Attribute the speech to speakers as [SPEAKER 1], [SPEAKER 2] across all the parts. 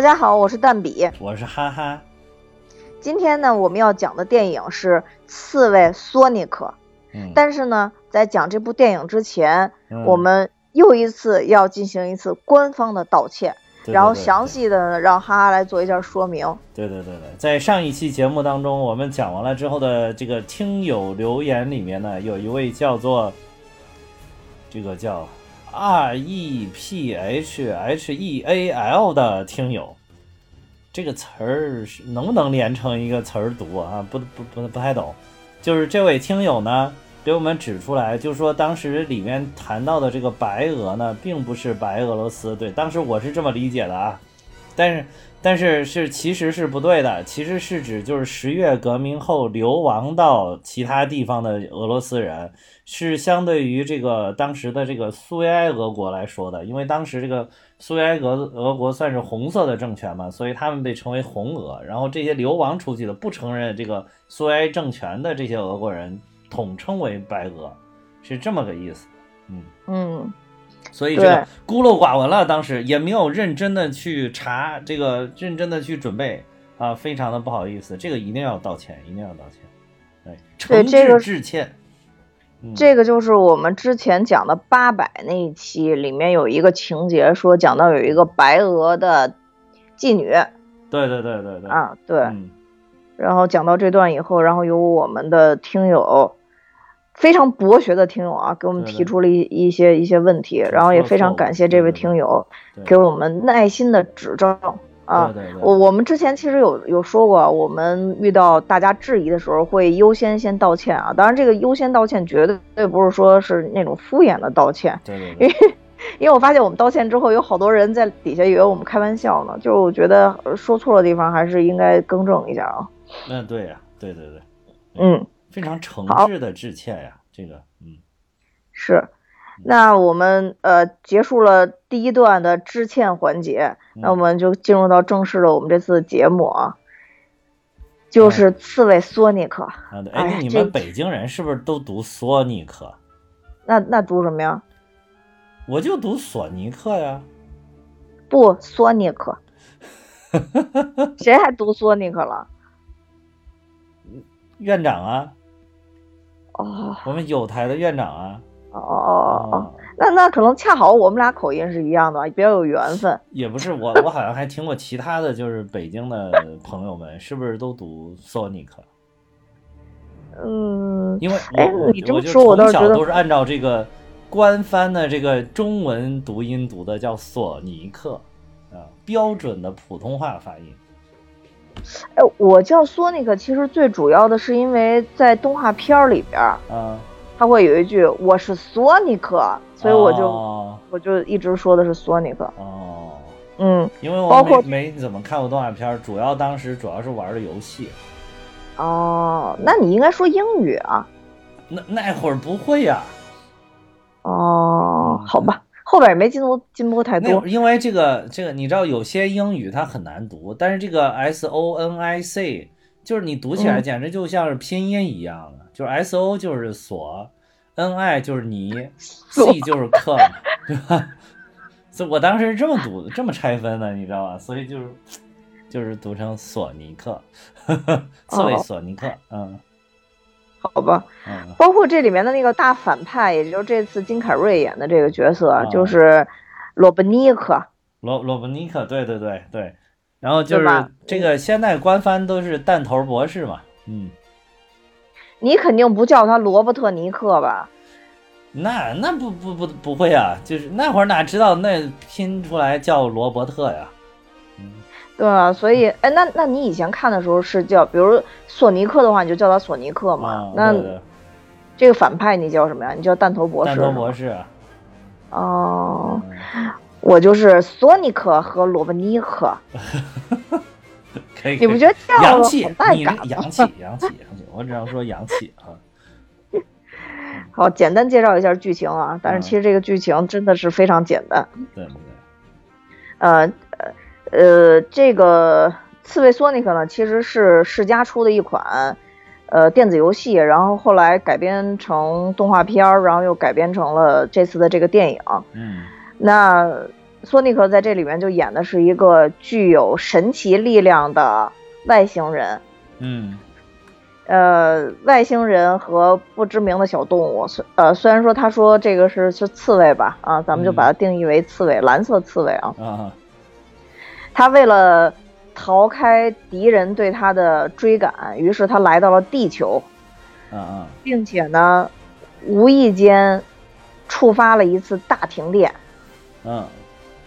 [SPEAKER 1] 家好，我是蛋比。
[SPEAKER 2] 我是哈哈，
[SPEAKER 1] 今天呢，我们要讲的电影是《刺猬索尼克》。
[SPEAKER 2] 嗯，
[SPEAKER 1] 但是呢，在讲这部电影之前，
[SPEAKER 2] 嗯
[SPEAKER 1] 我们又一次要进行一次官方的道歉，
[SPEAKER 2] 对
[SPEAKER 1] 然后
[SPEAKER 2] 对对
[SPEAKER 1] 详细的让哈哈来做一下说明。
[SPEAKER 2] 对对对对，在上一期节目当中，我们讲完了之后的这个听友留言里面呢，有一位叫做这个叫 R E P H H E A L 的听友，这个词儿是能不能连成一个词儿读啊？不不不不太懂。就是这位听友呢，给我们指出来，就是说当时里面谈到的这个白俄呢，并不是白俄罗斯，对，当时我是这么理解的啊。但是但是是其实是不对的，其实是指就是十月革命后流亡到其他地方的俄罗斯人，是相对于这个当时的这个苏维埃俄国来说的，因为当时这个苏维埃俄俄国算是红色的政权嘛，所以他们被称为红俄。然后这些流亡出去的不承认这个苏维埃政权的这些俄国人，统称为白俄，是这么个意思。嗯。
[SPEAKER 1] 嗯，
[SPEAKER 2] 所以这个
[SPEAKER 1] 对
[SPEAKER 2] 孤陋寡闻了，当时也没有认真的去查，这个认真的去准备啊，非常的不好意思，这个一定要道歉，一定要道歉，
[SPEAKER 1] 对
[SPEAKER 2] 对，诚
[SPEAKER 1] 这
[SPEAKER 2] 挚
[SPEAKER 1] 个
[SPEAKER 2] 致歉。嗯
[SPEAKER 1] 这个就是我们之前讲的八百那一期，里面有一个情节说讲到有一个白俄的妓女
[SPEAKER 2] 对对对对对，
[SPEAKER 1] 啊，对，
[SPEAKER 2] 嗯，
[SPEAKER 1] 然后讲到这段以后，然后有我们的听友，非常博学的听友啊，给我们
[SPEAKER 2] 对对
[SPEAKER 1] 提出了一一些一些问题，然后也非常感谢这位听友
[SPEAKER 2] 对
[SPEAKER 1] 给我们耐心的指正啊。
[SPEAKER 2] 对对对，
[SPEAKER 1] 我我们之前其实有有说过啊，我们遇到大家质疑的时候会优先先道歉啊。当然，这个优先道歉绝对不是说是那种敷衍的道歉，
[SPEAKER 2] 对 对对，
[SPEAKER 1] 因为我发现我们道歉之后，有好多人在底下以为我们开玩笑呢。就是我觉得呃说错了地方还是应该更正一下啊。
[SPEAKER 2] 那嗯对呀，对对对，
[SPEAKER 1] 嗯。
[SPEAKER 2] 非常诚
[SPEAKER 1] 好
[SPEAKER 2] 挚的致歉呀，这个，嗯，
[SPEAKER 1] 是，那我们呃结束了第一段的致歉环节，
[SPEAKER 2] 嗯
[SPEAKER 1] 那我们就进入到正式的我们这次的节目啊，就是刺猬索尼克。
[SPEAKER 2] 啊，对，
[SPEAKER 1] 哎呀
[SPEAKER 2] 哎，你
[SPEAKER 1] 这
[SPEAKER 2] 们北京人是不是都读索尼克？
[SPEAKER 1] 那那读什么呀？
[SPEAKER 2] 我就读索尼克呀，
[SPEAKER 1] 不，索尼克。谁还读索尼克了？
[SPEAKER 2] 院长啊，
[SPEAKER 1] 哦
[SPEAKER 2] 我们有台的院长啊，
[SPEAKER 1] 哦哦哦，
[SPEAKER 2] 啊
[SPEAKER 1] 那那可能恰好我们俩口音是一样的，啊比较有缘分。
[SPEAKER 2] 也不是我，我好像还听过其他的就是北京的朋友们，是不是都读 Sonic？
[SPEAKER 1] 嗯，
[SPEAKER 2] 因为
[SPEAKER 1] 哎
[SPEAKER 2] 我我
[SPEAKER 1] 你这么
[SPEAKER 2] 就
[SPEAKER 1] 说我倒是
[SPEAKER 2] 从
[SPEAKER 1] 觉
[SPEAKER 2] 小
[SPEAKER 1] 得
[SPEAKER 2] 都是按照这个官方的这个中文读音读的，叫索尼克啊，标准的普通话发音。
[SPEAKER 1] 哎，我叫索尼克，其实最主要的是因为在动画片儿里边儿，
[SPEAKER 2] 啊，
[SPEAKER 1] 他会有一句“我是索尼克”，所以我就、
[SPEAKER 2] 哦
[SPEAKER 1] 我就一直说的是索尼克。
[SPEAKER 2] 哦，
[SPEAKER 1] 嗯，
[SPEAKER 2] 因为我
[SPEAKER 1] 包括
[SPEAKER 2] 没没怎么看过动画片儿，主要当时主要是玩的游戏，
[SPEAKER 1] 哦，那你应该说英语啊。
[SPEAKER 2] 那那会儿不会啊呀、
[SPEAKER 1] 哦，
[SPEAKER 2] 嗯
[SPEAKER 1] 好吧，后边也没进步进步太
[SPEAKER 2] 那
[SPEAKER 1] 多
[SPEAKER 2] 会儿。因为这个这个，你知道有些英语它很难读，但是这个 S O N I C 就是你读起来
[SPEAKER 1] 嗯
[SPEAKER 2] 简直就像是拼音一样的，就是 S O 就是锁，N I 就是你，C 就是克，对吧？所以我当时是这么读的，这么拆分的，你知道吧？所以就是就是读成索尼克， 刺猬
[SPEAKER 1] 哦
[SPEAKER 2] 索尼克，嗯
[SPEAKER 1] 好吧，
[SPEAKER 2] 嗯，
[SPEAKER 1] 包括这里面的那个大反派，也就是这次金凯瑞演的这个角色，
[SPEAKER 2] 哦
[SPEAKER 1] 就是罗伯尼克。
[SPEAKER 2] 罗罗布尼克，对对对对，然后就
[SPEAKER 1] 对
[SPEAKER 2] 是
[SPEAKER 1] 吧
[SPEAKER 2] 这个现在官方都是弹头博士嘛，嗯。
[SPEAKER 1] 你肯定不叫他罗伯特尼克吧？
[SPEAKER 2] 那那不不不不会啊，就是那会儿哪知道那拼出来叫罗伯特呀？
[SPEAKER 1] 对啊，所以，
[SPEAKER 2] 嗯
[SPEAKER 1] 哎，那那你以前看的时候是叫，比如索尼克的话，你就叫他索尼克嘛。
[SPEAKER 2] 啊，
[SPEAKER 1] 那
[SPEAKER 2] 对对
[SPEAKER 1] 这个反派你叫什么呀？你叫弹头博士
[SPEAKER 2] 丹
[SPEAKER 1] 是
[SPEAKER 2] 头
[SPEAKER 1] 吗。
[SPEAKER 2] 博士啊，嗯
[SPEAKER 1] 哦，我就是索尼克和罗伯尼克，
[SPEAKER 2] 可以，
[SPEAKER 1] 你不
[SPEAKER 2] 可以
[SPEAKER 1] 觉得这样
[SPEAKER 2] 洋
[SPEAKER 1] 很
[SPEAKER 2] 气？
[SPEAKER 1] 带
[SPEAKER 2] 你
[SPEAKER 1] 感
[SPEAKER 2] 那
[SPEAKER 1] 吗？
[SPEAKER 2] 洋气，洋气，洋气！我只能说洋气啊。
[SPEAKER 1] 好，简单介绍一下剧情啊，但
[SPEAKER 2] 嗯
[SPEAKER 1] 是其实这个剧情真的是非常简单。
[SPEAKER 2] 对对对，
[SPEAKER 1] 呃呃呃，这个刺猬索尼克呢，其实是世嘉出的一款呃电子游戏，然后后来改编成动画片儿，然后又改编成了这次的这个电影。
[SPEAKER 2] 嗯
[SPEAKER 1] 那索尼克在这里面就演的是一个具有神奇力量的外星人，
[SPEAKER 2] 嗯
[SPEAKER 1] 呃，外星人和不知名的小动物。虽呃，虽然说他说这个是是刺猬吧，啊，咱们就
[SPEAKER 2] 嗯
[SPEAKER 1] 把它定义为刺猬，蓝色刺猬啊。
[SPEAKER 2] 啊，
[SPEAKER 1] 他为了逃开敌人对他的追赶，于是他来到了地球，
[SPEAKER 2] 啊啊，
[SPEAKER 1] 并且呢，无意间触发了一次大停电。
[SPEAKER 2] 嗯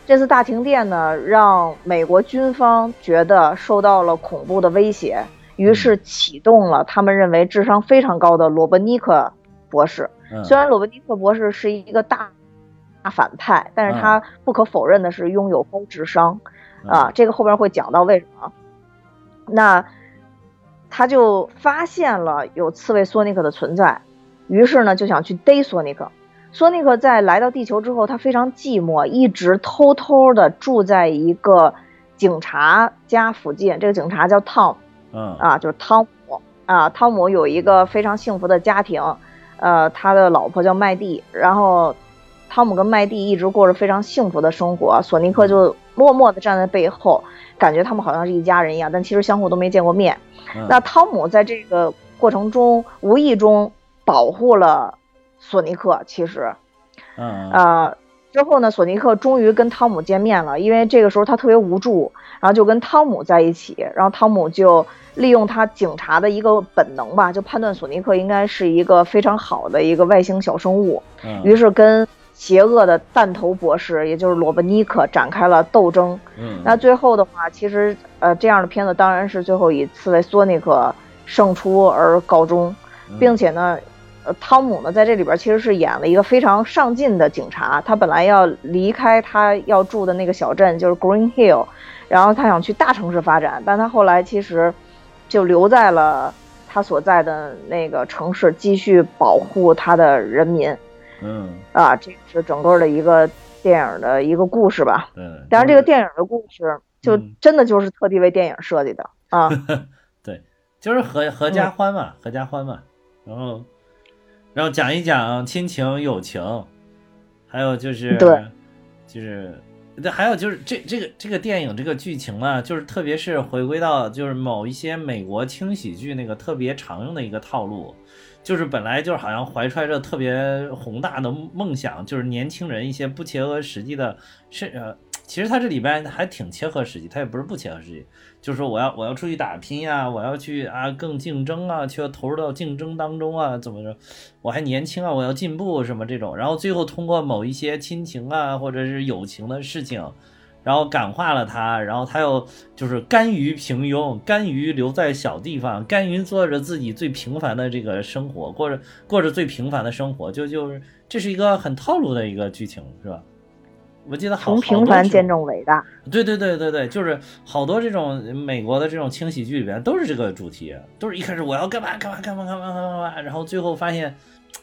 [SPEAKER 1] 这次大停电呢，让美国军方觉得受到了恐怖的威胁，于是启动了他们认为智商非常高的罗伯尼克博士。
[SPEAKER 2] 嗯，
[SPEAKER 1] 虽然罗伯尼克博士是一个大大反派，但是他不可否认的是拥有高智商
[SPEAKER 2] 嗯
[SPEAKER 1] 啊，这个后边会讲到为什么。那他就发现了有刺猬索尼克的存在，于是呢就想去逮索尼克。索尼克在来到地球之后，他非常寂寞，一直偷偷的住在一个警察家附近。这个警察叫 Tom，
[SPEAKER 2] 嗯
[SPEAKER 1] 啊，就是汤姆啊，汤姆有一个非常幸福的家庭，呃，他的老婆叫麦蒂，然后汤姆跟麦蒂一直过着非常幸福的生活，索尼克就默默地站在背后，感觉他们好像是一家人一样，但其实相互都没见过面。
[SPEAKER 2] 嗯
[SPEAKER 1] 那汤姆在这个过程中无意中保护了索尼克，其实
[SPEAKER 2] 嗯嗯
[SPEAKER 1] 呃，之后呢，索尼克终于跟汤姆见面了，因为这个时候他特别无助，然后就跟汤姆在一起，然后汤姆就利用他警察的一个本能吧，就判断索尼克应该是一个非常好的一个外星小生物，
[SPEAKER 2] 嗯，
[SPEAKER 1] 于是跟邪恶的弹头博士，也就是罗伯尼克展开了斗争。
[SPEAKER 2] 嗯
[SPEAKER 1] 那最后的话，其实呃这样的片子当然是最后以刺猬索尼克胜出而告终。
[SPEAKER 2] 嗯
[SPEAKER 1] 并且呢，呃，汤姆呢在这里边其实是演了一个非常上进的警察，他本来要离开他要住的那个小镇，就是 Green Hill，然后他想去大城市发展，但他后来其实就留在了他所在的那个城市，继续保护他的人民
[SPEAKER 2] 嗯
[SPEAKER 1] 啊，这是整个的一个电影的一个故事吧。
[SPEAKER 2] 对，
[SPEAKER 1] 当然，这
[SPEAKER 2] 就
[SPEAKER 1] 个
[SPEAKER 2] 是
[SPEAKER 1] 电影的故事就
[SPEAKER 2] 嗯
[SPEAKER 1] 真的就是特地为电影设计的啊。
[SPEAKER 2] 对，就是合合家欢嘛，合家欢嘛。然后，然后讲一讲亲情、友情，还有就是
[SPEAKER 1] 对，
[SPEAKER 2] 就是对，还有就是这这个这个电影这个剧情啊，就是特别是回归到就是某一些美国轻喜剧那个特别常用的一个套路。就是本来就是好像怀揣着特别宏大的梦想，就是年轻人一些不切合实际的，是呃，其实他这里边还挺切合实际，他也不是不切合实际，就是说我要我要出去打拼呀、我要去啊更竞争啊，去要投入到竞争当中啊，怎么着？我还年轻啊，我要进步什么这种，然后最后通过某一些亲情啊或者是友情的事情，然后感化了他，然后他又就是甘于平庸，甘于留在小地方，甘于做着自己最平凡的这个生活，过着过着最平凡的生活，就就是这是一个很套路的一个剧情，是吧？我记得好
[SPEAKER 1] 从
[SPEAKER 2] 好
[SPEAKER 1] 平
[SPEAKER 2] 多
[SPEAKER 1] 凡
[SPEAKER 2] 这
[SPEAKER 1] 见
[SPEAKER 2] 种
[SPEAKER 1] 证伟大，
[SPEAKER 2] 对对对对对，就是好多这种美国的这种轻喜剧里边都是这个主题，都是一开始我要干嘛干嘛干嘛干嘛干嘛干嘛，然后最后发现，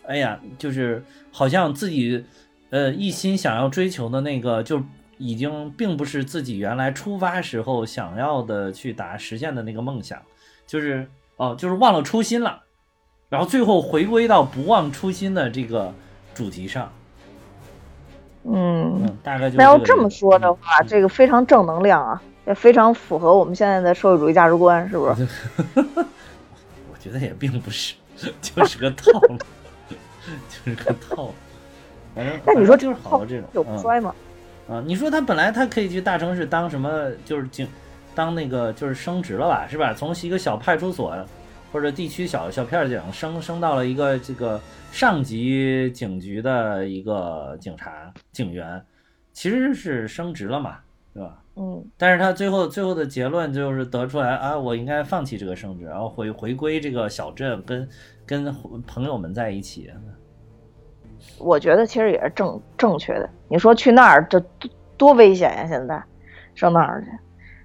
[SPEAKER 2] 哎呀，就是好像自己呃一心想要追求的那个，就已经并不是自己原来出发时候想要的去达实现的那个梦想，就是哦、就是忘了初心了，然后最后回归到不忘初心的这个主题上，
[SPEAKER 1] 嗯。
[SPEAKER 2] 嗯，大概就是
[SPEAKER 1] 那要
[SPEAKER 2] 个
[SPEAKER 1] 这
[SPEAKER 2] 意
[SPEAKER 1] 么
[SPEAKER 2] 思
[SPEAKER 1] 说
[SPEAKER 2] 嗯
[SPEAKER 1] 的话，这个非常正能量啊，也非常符合我们现在的社会主义价值观，是不
[SPEAKER 2] 嗯
[SPEAKER 1] 是？
[SPEAKER 2] 我觉得也并不是， 就是个套路， 就是个套路。反正
[SPEAKER 1] 那你说
[SPEAKER 2] 反正就是好多这种
[SPEAKER 1] 有不衰吗？
[SPEAKER 2] 嗯、啊，你说他本来他可以去大城市当什么，就是警，当那个就是升职了吧，是吧？从一个小派出所或者地区小小片警升升到了一个这个上级警局的一个警察警员，其实是升职了嘛，对吧？
[SPEAKER 1] 嗯，
[SPEAKER 2] 但是他最后最后的结论就是得出来啊，我应该放弃这个升职，然后回回归这个小镇，跟跟朋友们在一起。
[SPEAKER 1] 我觉得其实也是正正确的。你说去那儿这多多危险呀、现在上那儿去，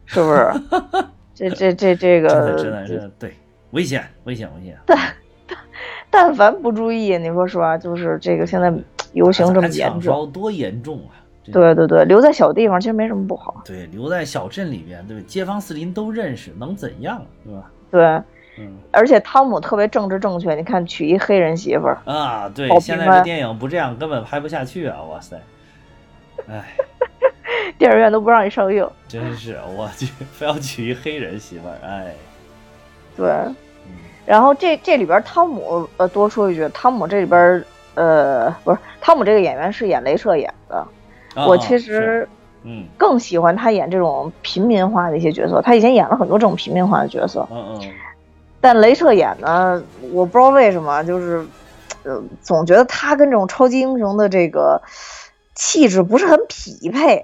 [SPEAKER 1] 是不是？ 这这这这
[SPEAKER 2] 真的真的
[SPEAKER 1] 个，
[SPEAKER 2] 真的对，危险危险危险！
[SPEAKER 1] 但凡不注意，你说实话，就是这个现在游行这么
[SPEAKER 2] 咱
[SPEAKER 1] 严
[SPEAKER 2] 抢
[SPEAKER 1] 重，
[SPEAKER 2] 烧多严重啊！真
[SPEAKER 1] 对
[SPEAKER 2] 的
[SPEAKER 1] 对对，留在小地方其实没什么不好。
[SPEAKER 2] 对，留在小镇里边，对吧？街坊四邻都认识，能怎样，对吧？
[SPEAKER 1] 对，
[SPEAKER 2] 嗯
[SPEAKER 1] 而且汤姆特别政治正确，你看娶一黑人媳妇儿，
[SPEAKER 2] 啊，对
[SPEAKER 1] 好，评
[SPEAKER 2] 现在
[SPEAKER 1] 论
[SPEAKER 2] 这电影不这样根本拍不下去啊！哇塞，哎，
[SPEAKER 1] 电影院都不让你上映。
[SPEAKER 2] 真是我去， 非要娶一黑人媳妇儿，哎，
[SPEAKER 1] 对，然后这这里边汤姆呃多说一句，汤姆这里边呃不是汤姆这个演员是演镭射眼的，
[SPEAKER 2] 啊
[SPEAKER 1] 我
[SPEAKER 2] 啊
[SPEAKER 1] 其
[SPEAKER 2] 是
[SPEAKER 1] 实
[SPEAKER 2] 嗯
[SPEAKER 1] 更喜欢他演这种平民化的一些角色，他以前演了很多这种平民化的角色，
[SPEAKER 2] 嗯嗯，
[SPEAKER 1] 但镭射眼呢，我不知道为什么，就是，呃，总觉得他跟这种超级英雄的这个气质不是很匹配。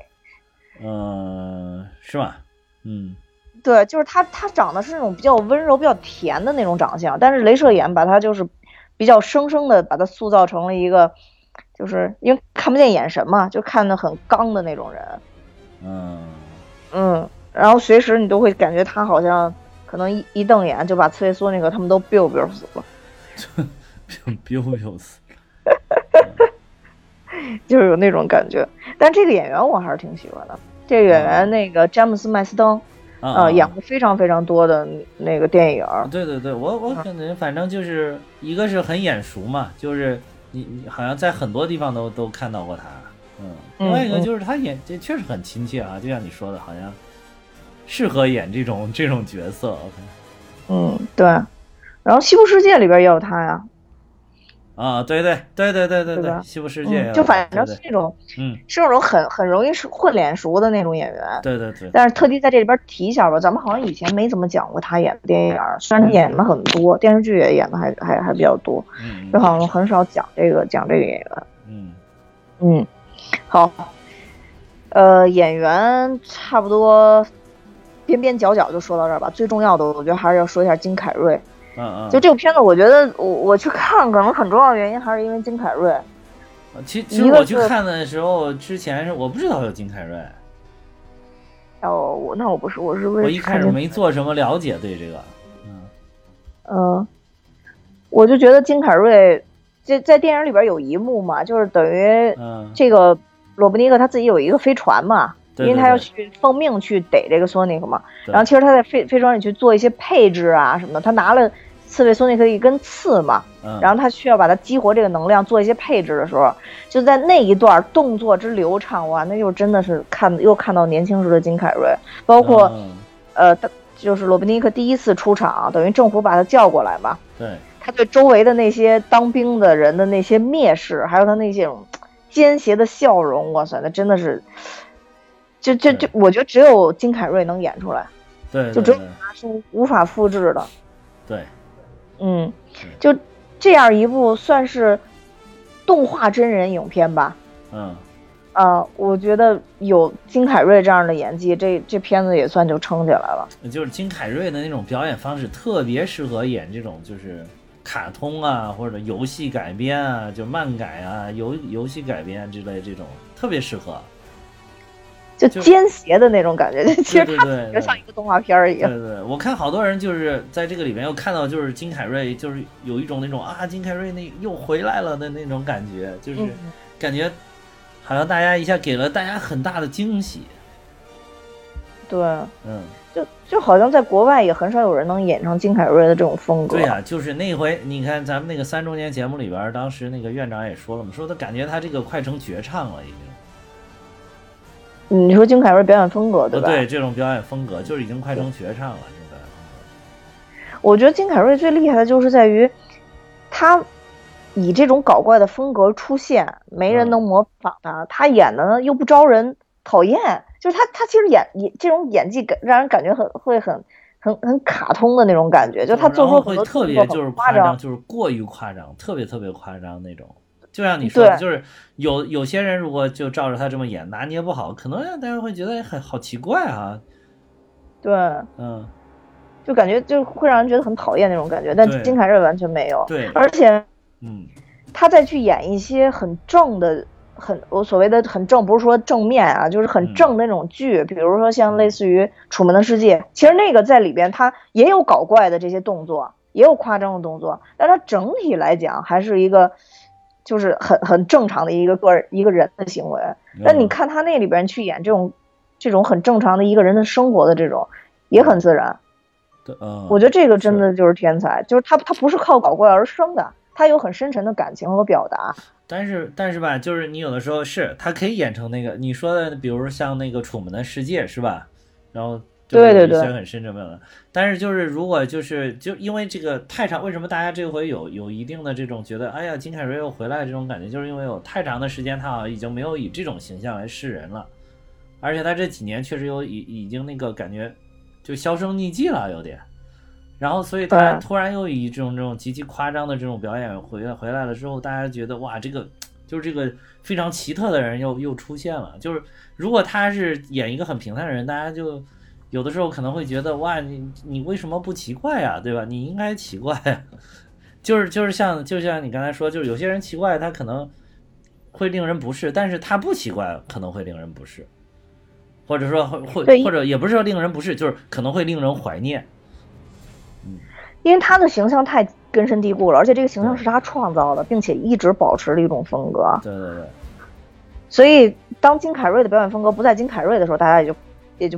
[SPEAKER 2] 嗯，是吧？嗯，
[SPEAKER 1] 对，就是他，他长得是那种比较温柔、比较甜的那种长相，但是镭射眼把他就是比较生生的把他塑造成了一个，就是因为看不见眼神嘛，就看的很刚的那种人。
[SPEAKER 2] 嗯，
[SPEAKER 1] 嗯，然后随时你都会感觉他好像可能一一瞪眼就把崔苏那个他们都 biu biu 死了，
[SPEAKER 2] 彪彪死，
[SPEAKER 1] 就是有那种感觉。但这个演员我还是挺喜欢的，这个演员那个詹姆斯麦斯登，呃，
[SPEAKER 2] 啊啊
[SPEAKER 1] 演过非常非常多的那个电影儿。
[SPEAKER 2] 对对对，我我感觉反正就是一个是很眼熟嘛，就是你你好像在很多地方都都看到过他，嗯，另外一个
[SPEAKER 1] 嗯嗯
[SPEAKER 2] 就是他演这确实很亲切啊，就像你说的，好像适合演这种这种角色。我看
[SPEAKER 1] 嗯，对。然后《西部世界》里边也有他呀，
[SPEAKER 2] 啊，对对对对对对
[SPEAKER 1] 对吧
[SPEAKER 2] 西部世界
[SPEAKER 1] 嗯，
[SPEAKER 2] 啊
[SPEAKER 1] 就反正
[SPEAKER 2] 对
[SPEAKER 1] 是
[SPEAKER 2] 对
[SPEAKER 1] 那种
[SPEAKER 2] 嗯，
[SPEAKER 1] 是那种很很容易是混脸熟的那种演员。
[SPEAKER 2] 对对对，
[SPEAKER 1] 但是特地在这里边提一下吧，咱们好像以前没怎么讲过他演的电影儿，虽然他演了很多，电视剧也演的还还还比较多。
[SPEAKER 2] 嗯
[SPEAKER 1] 就好像很少讲这个讲这个演员。
[SPEAKER 2] 嗯
[SPEAKER 1] 嗯，好，呃，演员差不多边边角角就说到这儿吧。最重要的，我觉得还是要说一下金凯瑞。
[SPEAKER 2] 嗯嗯，
[SPEAKER 1] 就这部片子，我觉得我我去看，可能很重要的原因还是因为金凯瑞。
[SPEAKER 2] 啊其其实
[SPEAKER 1] 一个
[SPEAKER 2] 我去
[SPEAKER 1] 是
[SPEAKER 2] 看的时候，之前是我不知道有金凯瑞，
[SPEAKER 1] 哦，我那我不是，我是为
[SPEAKER 2] 我一开
[SPEAKER 1] 看
[SPEAKER 2] 始
[SPEAKER 1] 见
[SPEAKER 2] 没做什么了解对这个，嗯
[SPEAKER 1] 嗯、我就觉得金凯瑞这在电影里边有一幕嘛，就是等于
[SPEAKER 2] 嗯，
[SPEAKER 1] 这个罗布尼克他自己有一个飞船嘛，
[SPEAKER 2] 对
[SPEAKER 1] 因为
[SPEAKER 2] 对
[SPEAKER 1] 他要
[SPEAKER 2] 对
[SPEAKER 1] 去奉命去逮这个索尼克嘛。
[SPEAKER 2] 对
[SPEAKER 1] 然后其实他在飞飞船里去做一些配置啊什么的，他拿了刺猬索尼克的一根刺嘛，
[SPEAKER 2] 嗯
[SPEAKER 1] 然后他需要把它激活这个能量做一些配置的时候，就在那一段动作之流畅，哇，那就真的是看又看到年轻时的金凯瑞，包括、
[SPEAKER 2] 嗯
[SPEAKER 1] 呃，他就是罗伯尼克第一次出场，啊等于政府把他叫过来嘛，
[SPEAKER 2] 对，
[SPEAKER 1] 他对周围的那些当兵的人的那些蔑视，还有他那些种奸邪的笑容，哇塞，那真的是，就就就，我觉得只有金凯瑞能演出来，
[SPEAKER 2] 对，
[SPEAKER 1] 就
[SPEAKER 2] 对
[SPEAKER 1] 只有他是无法复制的。
[SPEAKER 2] 对
[SPEAKER 1] 嗯，就这样一部算是动画真人影片吧。
[SPEAKER 2] 嗯，
[SPEAKER 1] 啊、我觉得有金凯瑞这样的演技，这这片子也算就撑起来了。
[SPEAKER 2] 就是金凯瑞的那种表演方式，特别适合演这种就是卡通啊，或者游戏改编啊，就漫改啊、游游戏改编之类这种，特别适合。
[SPEAKER 1] 就
[SPEAKER 2] 就
[SPEAKER 1] 奸邪的那种感觉，其实
[SPEAKER 2] 对
[SPEAKER 1] 他
[SPEAKER 2] 对
[SPEAKER 1] 就
[SPEAKER 2] 对
[SPEAKER 1] 像一个动画片儿一
[SPEAKER 2] 对
[SPEAKER 1] 样。
[SPEAKER 2] 对对，我看好多人就是在这个里面又看到，就是金凯瑞，就是有一种那种啊，金凯瑞那又回来了的那种感觉，就是
[SPEAKER 1] 嗯
[SPEAKER 2] 感觉好像大家一下给了大家很大的惊喜。
[SPEAKER 1] 对。
[SPEAKER 2] 嗯，
[SPEAKER 1] 就就好像在国外也很少有人能演唱金凯瑞的这种风格。
[SPEAKER 2] 对呀、就是那回你看咱们那个三周年节目里边儿，当时那个院长也说了嘛，说他感觉他这个快成绝唱了已经。
[SPEAKER 1] 你说金凯瑞表演风格对吧？
[SPEAKER 2] 哦对，这种表演风格就是已经快成绝唱了，这种表演风格。
[SPEAKER 1] 我觉得金凯瑞最厉害的就是在于，他以这种搞怪的风格出现，没人能模仿他。
[SPEAKER 2] 嗯
[SPEAKER 1] 他演的呢又不招人讨厌，就是他他其实演演这种演技感让人感觉很会很很很卡通的那种感觉，就他做
[SPEAKER 2] 然
[SPEAKER 1] 出
[SPEAKER 2] 后
[SPEAKER 1] 很
[SPEAKER 2] 会
[SPEAKER 1] 多
[SPEAKER 2] 特
[SPEAKER 1] 动
[SPEAKER 2] 别
[SPEAKER 1] 作
[SPEAKER 2] 就是
[SPEAKER 1] 很夸
[SPEAKER 2] 夸
[SPEAKER 1] 张
[SPEAKER 2] 张，。就是过于夸张，特别特别夸张那种。就像你说的，
[SPEAKER 1] 对
[SPEAKER 2] 就是有有些人如果就照着他这么演，拿捏不好，可能让大家会觉得很好奇怪啊。
[SPEAKER 1] 对，
[SPEAKER 2] 嗯，
[SPEAKER 1] 就感觉就会让人觉得很讨厌那种感觉，但
[SPEAKER 2] 对
[SPEAKER 1] 金凯瑞完全没有。
[SPEAKER 2] 对
[SPEAKER 1] 而且
[SPEAKER 2] 嗯，
[SPEAKER 1] 他再去演一些很正的、很我所谓的很正，不是说正面啊，就是
[SPEAKER 2] 嗯
[SPEAKER 1] 很正的那种剧，比如说像类似于《楚门的世界》，其实那个在里边他也有搞怪的这些动作，也有夸张的动作，但他整体来讲还是一个就是很很正常的一个个人一个人的行为。但你
[SPEAKER 2] 嗯，
[SPEAKER 1] 看他那里边去演这种这种很正常的一个人的生活的这种，也很自然。
[SPEAKER 2] 对嗯，
[SPEAKER 1] 我觉得这个真的就是天才，就是他他不是靠搞怪而生的，他有很深沉的感情和表达。
[SPEAKER 2] 但是但是吧，就是你有的时候是他可以演成那个你说的，比如像那个《楚门的世界》是吧？然后
[SPEAKER 1] 对对对
[SPEAKER 2] 有一些很深沉没有的。但是就是如果就是就因为这个太长，为什么大家这回有有一定的这种觉得哎呀金凯瑞又回来这种感觉，就是因为有太长的时间他好像已经没有以这种形象来示人了，而且他这几年确实有已已经那个感觉就销声匿迹了有点。然后，所以他
[SPEAKER 1] 对
[SPEAKER 2] 突然又以这种这种极其夸张的这种表演回来回来了之后，大家觉得哇，这个就是这个非常奇特的人又又出现了。就是如果他是演一个很平淡的人，大家就有的时候可能会觉得哇，你你为什么不奇怪呀、对吧？你应该奇怪啊呀、就是就是像就像你刚才说，就是有些人奇怪，他可能会令人不适，但是他不奇怪可能会令人不适，或者说会会
[SPEAKER 1] 对
[SPEAKER 2] 或者也不是说令人不适，就是可能会令人怀念。
[SPEAKER 1] 因为他的形象太根深蒂固了，而且这个形象
[SPEAKER 2] 对
[SPEAKER 1] 是他创造的，并且一直保持的一种风格。
[SPEAKER 2] 对对对。
[SPEAKER 1] 所以，当金凯瑞的表演风格不在金凯瑞的时候，大家也就也就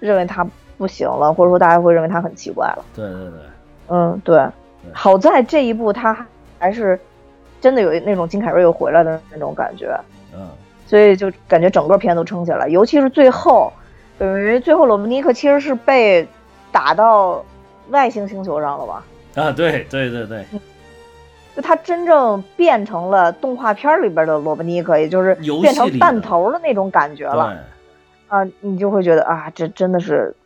[SPEAKER 1] 认为他不行了，或者说大家会认为他很奇怪了。
[SPEAKER 2] 对对对，
[SPEAKER 1] 嗯，对
[SPEAKER 2] 对。
[SPEAKER 1] 好在这一部他还是真的有那种金凯瑞又回来的那种感觉，
[SPEAKER 2] 嗯，
[SPEAKER 1] 所以就感觉整个片都撑起来，尤其是最后，等于最后罗伯尼克其实是被打到外星星球上了吧？
[SPEAKER 2] 啊，对对对对，
[SPEAKER 1] 就他真正变成了动画片里边的罗伯尼克，也就是
[SPEAKER 2] 游戏
[SPEAKER 1] 变成
[SPEAKER 2] 里的
[SPEAKER 1] 弹头的那种感觉了
[SPEAKER 2] 对，
[SPEAKER 1] 啊！你就会觉得啊，这真的是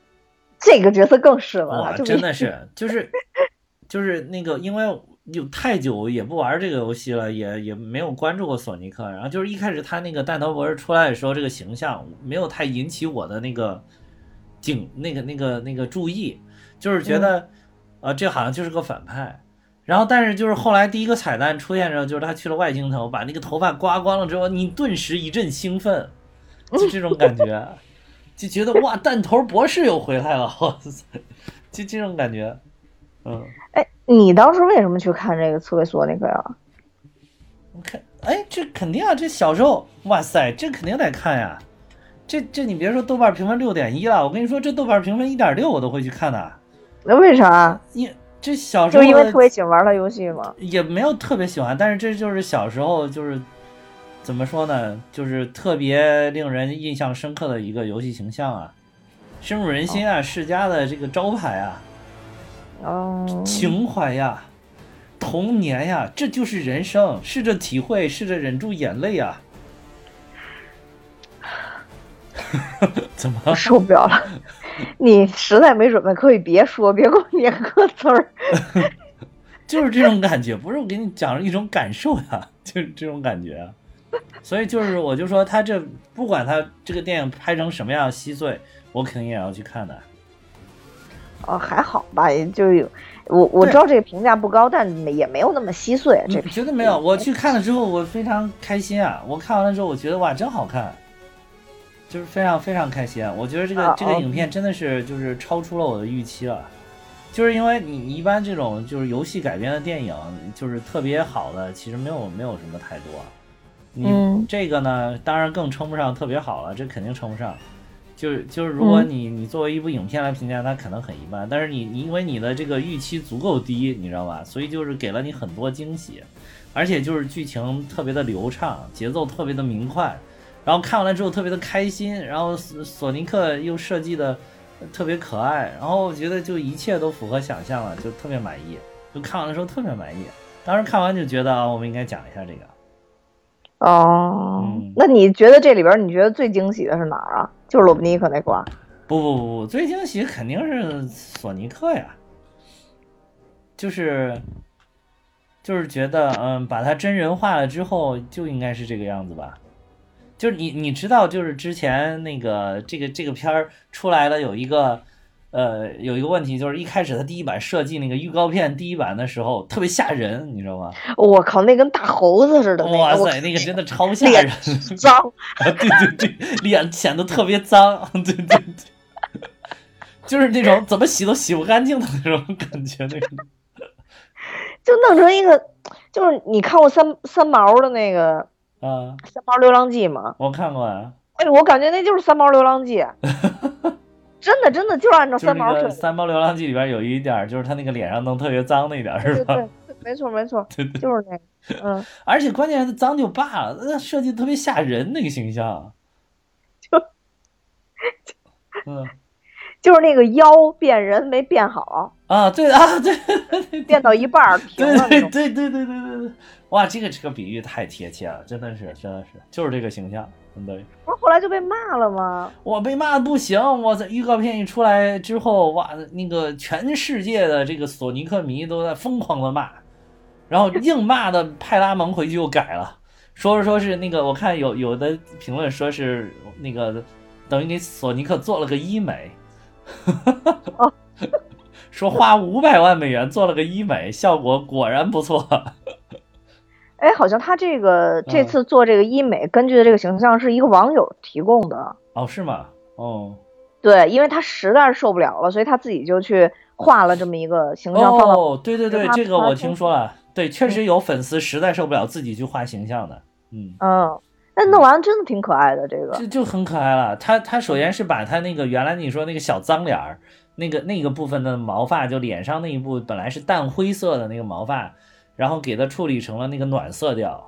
[SPEAKER 1] 这个角色更适合
[SPEAKER 2] 哇，
[SPEAKER 1] 他，就
[SPEAKER 2] 真
[SPEAKER 1] 比
[SPEAKER 2] 的是，就是就是那个，因为有太久也不玩这个游戏了，也也没有关注过索尼克，然后就是一开始他那个弹头博士出来的时候，这个形象没有太引起我的那个警那个那个那个注意，就是觉得、
[SPEAKER 1] 嗯
[SPEAKER 2] 呃，这好像就是个反派。然后，但是就是后来第一个彩蛋出现之后，就是他去了外星头，把那个头发刮光了之后，你顿时一阵兴奋，就这种感觉，就觉得哇，弹头博士又回来了，哇塞，就这种感觉，嗯，
[SPEAKER 1] 哎，你当时为什么去看这个刺猬索尼克呀？
[SPEAKER 2] 你看，哎，这肯定啊，这小时候，哇塞，这肯定得看呀，这这你别说豆瓣评分六点一了，我跟你说，这豆瓣评分一点六我都会去看的，
[SPEAKER 1] 那为啥？
[SPEAKER 2] 因这小时
[SPEAKER 1] 就
[SPEAKER 2] 候
[SPEAKER 1] 是因为
[SPEAKER 2] 的
[SPEAKER 1] 特别喜欢玩他游戏嘛。
[SPEAKER 2] 也没有特别喜欢，但是这就是小时候就是怎么说呢，就是特别令人印象深刻的一个游戏形象啊，深入人心啊，世嘉的这个招牌啊，
[SPEAKER 1] 哦，
[SPEAKER 2] 情怀呀，童年呀，这就是人生，试着体会，试着忍住眼泪啊。怎么
[SPEAKER 1] 我受不了 了！你实在没准备，可以别说，别给我 连个词儿。
[SPEAKER 2] 就是这种感觉，不是我给你讲一种感受呀、就是这种感觉啊、所以就是我就说他这不管他这个电影拍成什么样稀碎，我肯定也要去看的。
[SPEAKER 1] 哦，还好吧，也就有我我
[SPEAKER 2] 对嗯
[SPEAKER 1] 知道这个评价不高，但没也没有那么稀碎。这
[SPEAKER 2] 你觉得没有？我去看了之后，我非常开心啊！我看完了之后，我觉得哇，真好看，就是非常非常开心啊！我觉得这个
[SPEAKER 1] 啊
[SPEAKER 2] 这个
[SPEAKER 1] 哦
[SPEAKER 2] 影片真的是就是超出了我的预期了，就是因为你你一般这种就是游戏改编的电影，就是特别好的，其实没有没有什么太多。啊你
[SPEAKER 1] 嗯
[SPEAKER 2] 这个呢，当然更称不上特别好了，这肯定称不上。就是就是，如果你你作为一部影片来评价它，可能很一般，但是你你因为你的这个预期足够低，你知道吧？所以就是给了你很多惊喜，而且就是剧情特别的流畅，节奏特别的明快，然后看完了之后特别的开心，然后索索尼克又设计的特别可爱，然后我觉得就一切都符合想象了，就特别满意，就看完的时候特别满意。当时看完就觉得啊，我们应该讲一下这个。
[SPEAKER 1] 哦
[SPEAKER 2] 嗯，
[SPEAKER 1] 那你觉得这里边你觉得最惊喜的是哪儿啊？就是罗布尼克那块儿。
[SPEAKER 2] 不不不不，最惊喜肯定是索尼克呀，就是就是觉得嗯，把它真人化了之后就应该是这个样子吧。就是你你知道，就是之前那个这个这个片儿出来了，有一个呃有一个问题，就是一开始它第一版设计那个预告片第一版的时候特别吓人，你知道吗？
[SPEAKER 1] 我靠，那跟大猴子似的那个，
[SPEAKER 2] 哇
[SPEAKER 1] 我
[SPEAKER 2] 塞，那个真的超吓
[SPEAKER 1] 脸
[SPEAKER 2] 人。
[SPEAKER 1] 脏。
[SPEAKER 2] 啊，对 对对，脸显得特别脏，对对对，就是那种怎么洗都洗不干净的那种感觉，那种。
[SPEAKER 1] 就弄成一个，就是你看过三三毛的那个
[SPEAKER 2] 啊，
[SPEAKER 1] 《三毛流浪记》吗？
[SPEAKER 2] 我看过啊，
[SPEAKER 1] 哎，我感觉那就是《三毛流浪 记》，真的真的就是按照
[SPEAKER 2] 就是
[SPEAKER 1] 三毛
[SPEAKER 2] 那
[SPEAKER 1] 设
[SPEAKER 2] 个《
[SPEAKER 1] 计。
[SPEAKER 2] 三毛流浪记》里边有一点儿，就是他那个脸上弄特别脏那点儿，是
[SPEAKER 1] 对
[SPEAKER 2] 吧？
[SPEAKER 1] 对，没错没 错，就是那个，嗯，
[SPEAKER 2] 而且关键是脏就罢了，那设计特别吓人那个形象，
[SPEAKER 1] 就
[SPEAKER 2] 嗯
[SPEAKER 1] 就是那个腰变人没变好，
[SPEAKER 2] 啊，对啊，对对对
[SPEAKER 1] 变到一半儿停了那
[SPEAKER 2] 对
[SPEAKER 1] 种。
[SPEAKER 2] 对对对对对对，哇，这个这个比喻太贴切了，真的是真的是，就是这个形象，嗯真的。
[SPEAKER 1] 不是后来就被骂了吗？
[SPEAKER 2] 我被骂的不行，我在预告片一出来之后，哇，那个全世界的这个索尼克迷都在疯狂的骂，然后硬骂的派拉蒙回去又改了，说是说是那个，我看有有的评论说是那个等于给索尼克做了个医美， 说花五百万美元做了个医美，效果果然不错。
[SPEAKER 1] 哎，好像他这个这
[SPEAKER 2] 嗯
[SPEAKER 1] 次做这个医美，根据的这个形象是一个网友提供的。
[SPEAKER 2] 哦，是吗？哦，
[SPEAKER 1] 对，因为他实在是受不了了，所以他自己就去画了这么一个形象放到。
[SPEAKER 2] 哦，对对对，
[SPEAKER 1] 他嗯
[SPEAKER 2] 这个
[SPEAKER 1] 他
[SPEAKER 2] 我
[SPEAKER 1] 先
[SPEAKER 2] 听说了。对，确实有粉丝实在受不了自己去画形象的，嗯，
[SPEAKER 1] 嗯，那弄完了真的挺可爱的这个。
[SPEAKER 2] 这就很可爱了。他他首先是把他那个原来你说那个小脏脸儿，那个那个部分的毛发，就脸上那一部本来是淡灰色的那个毛发，然后给它处理成了那个暖色调，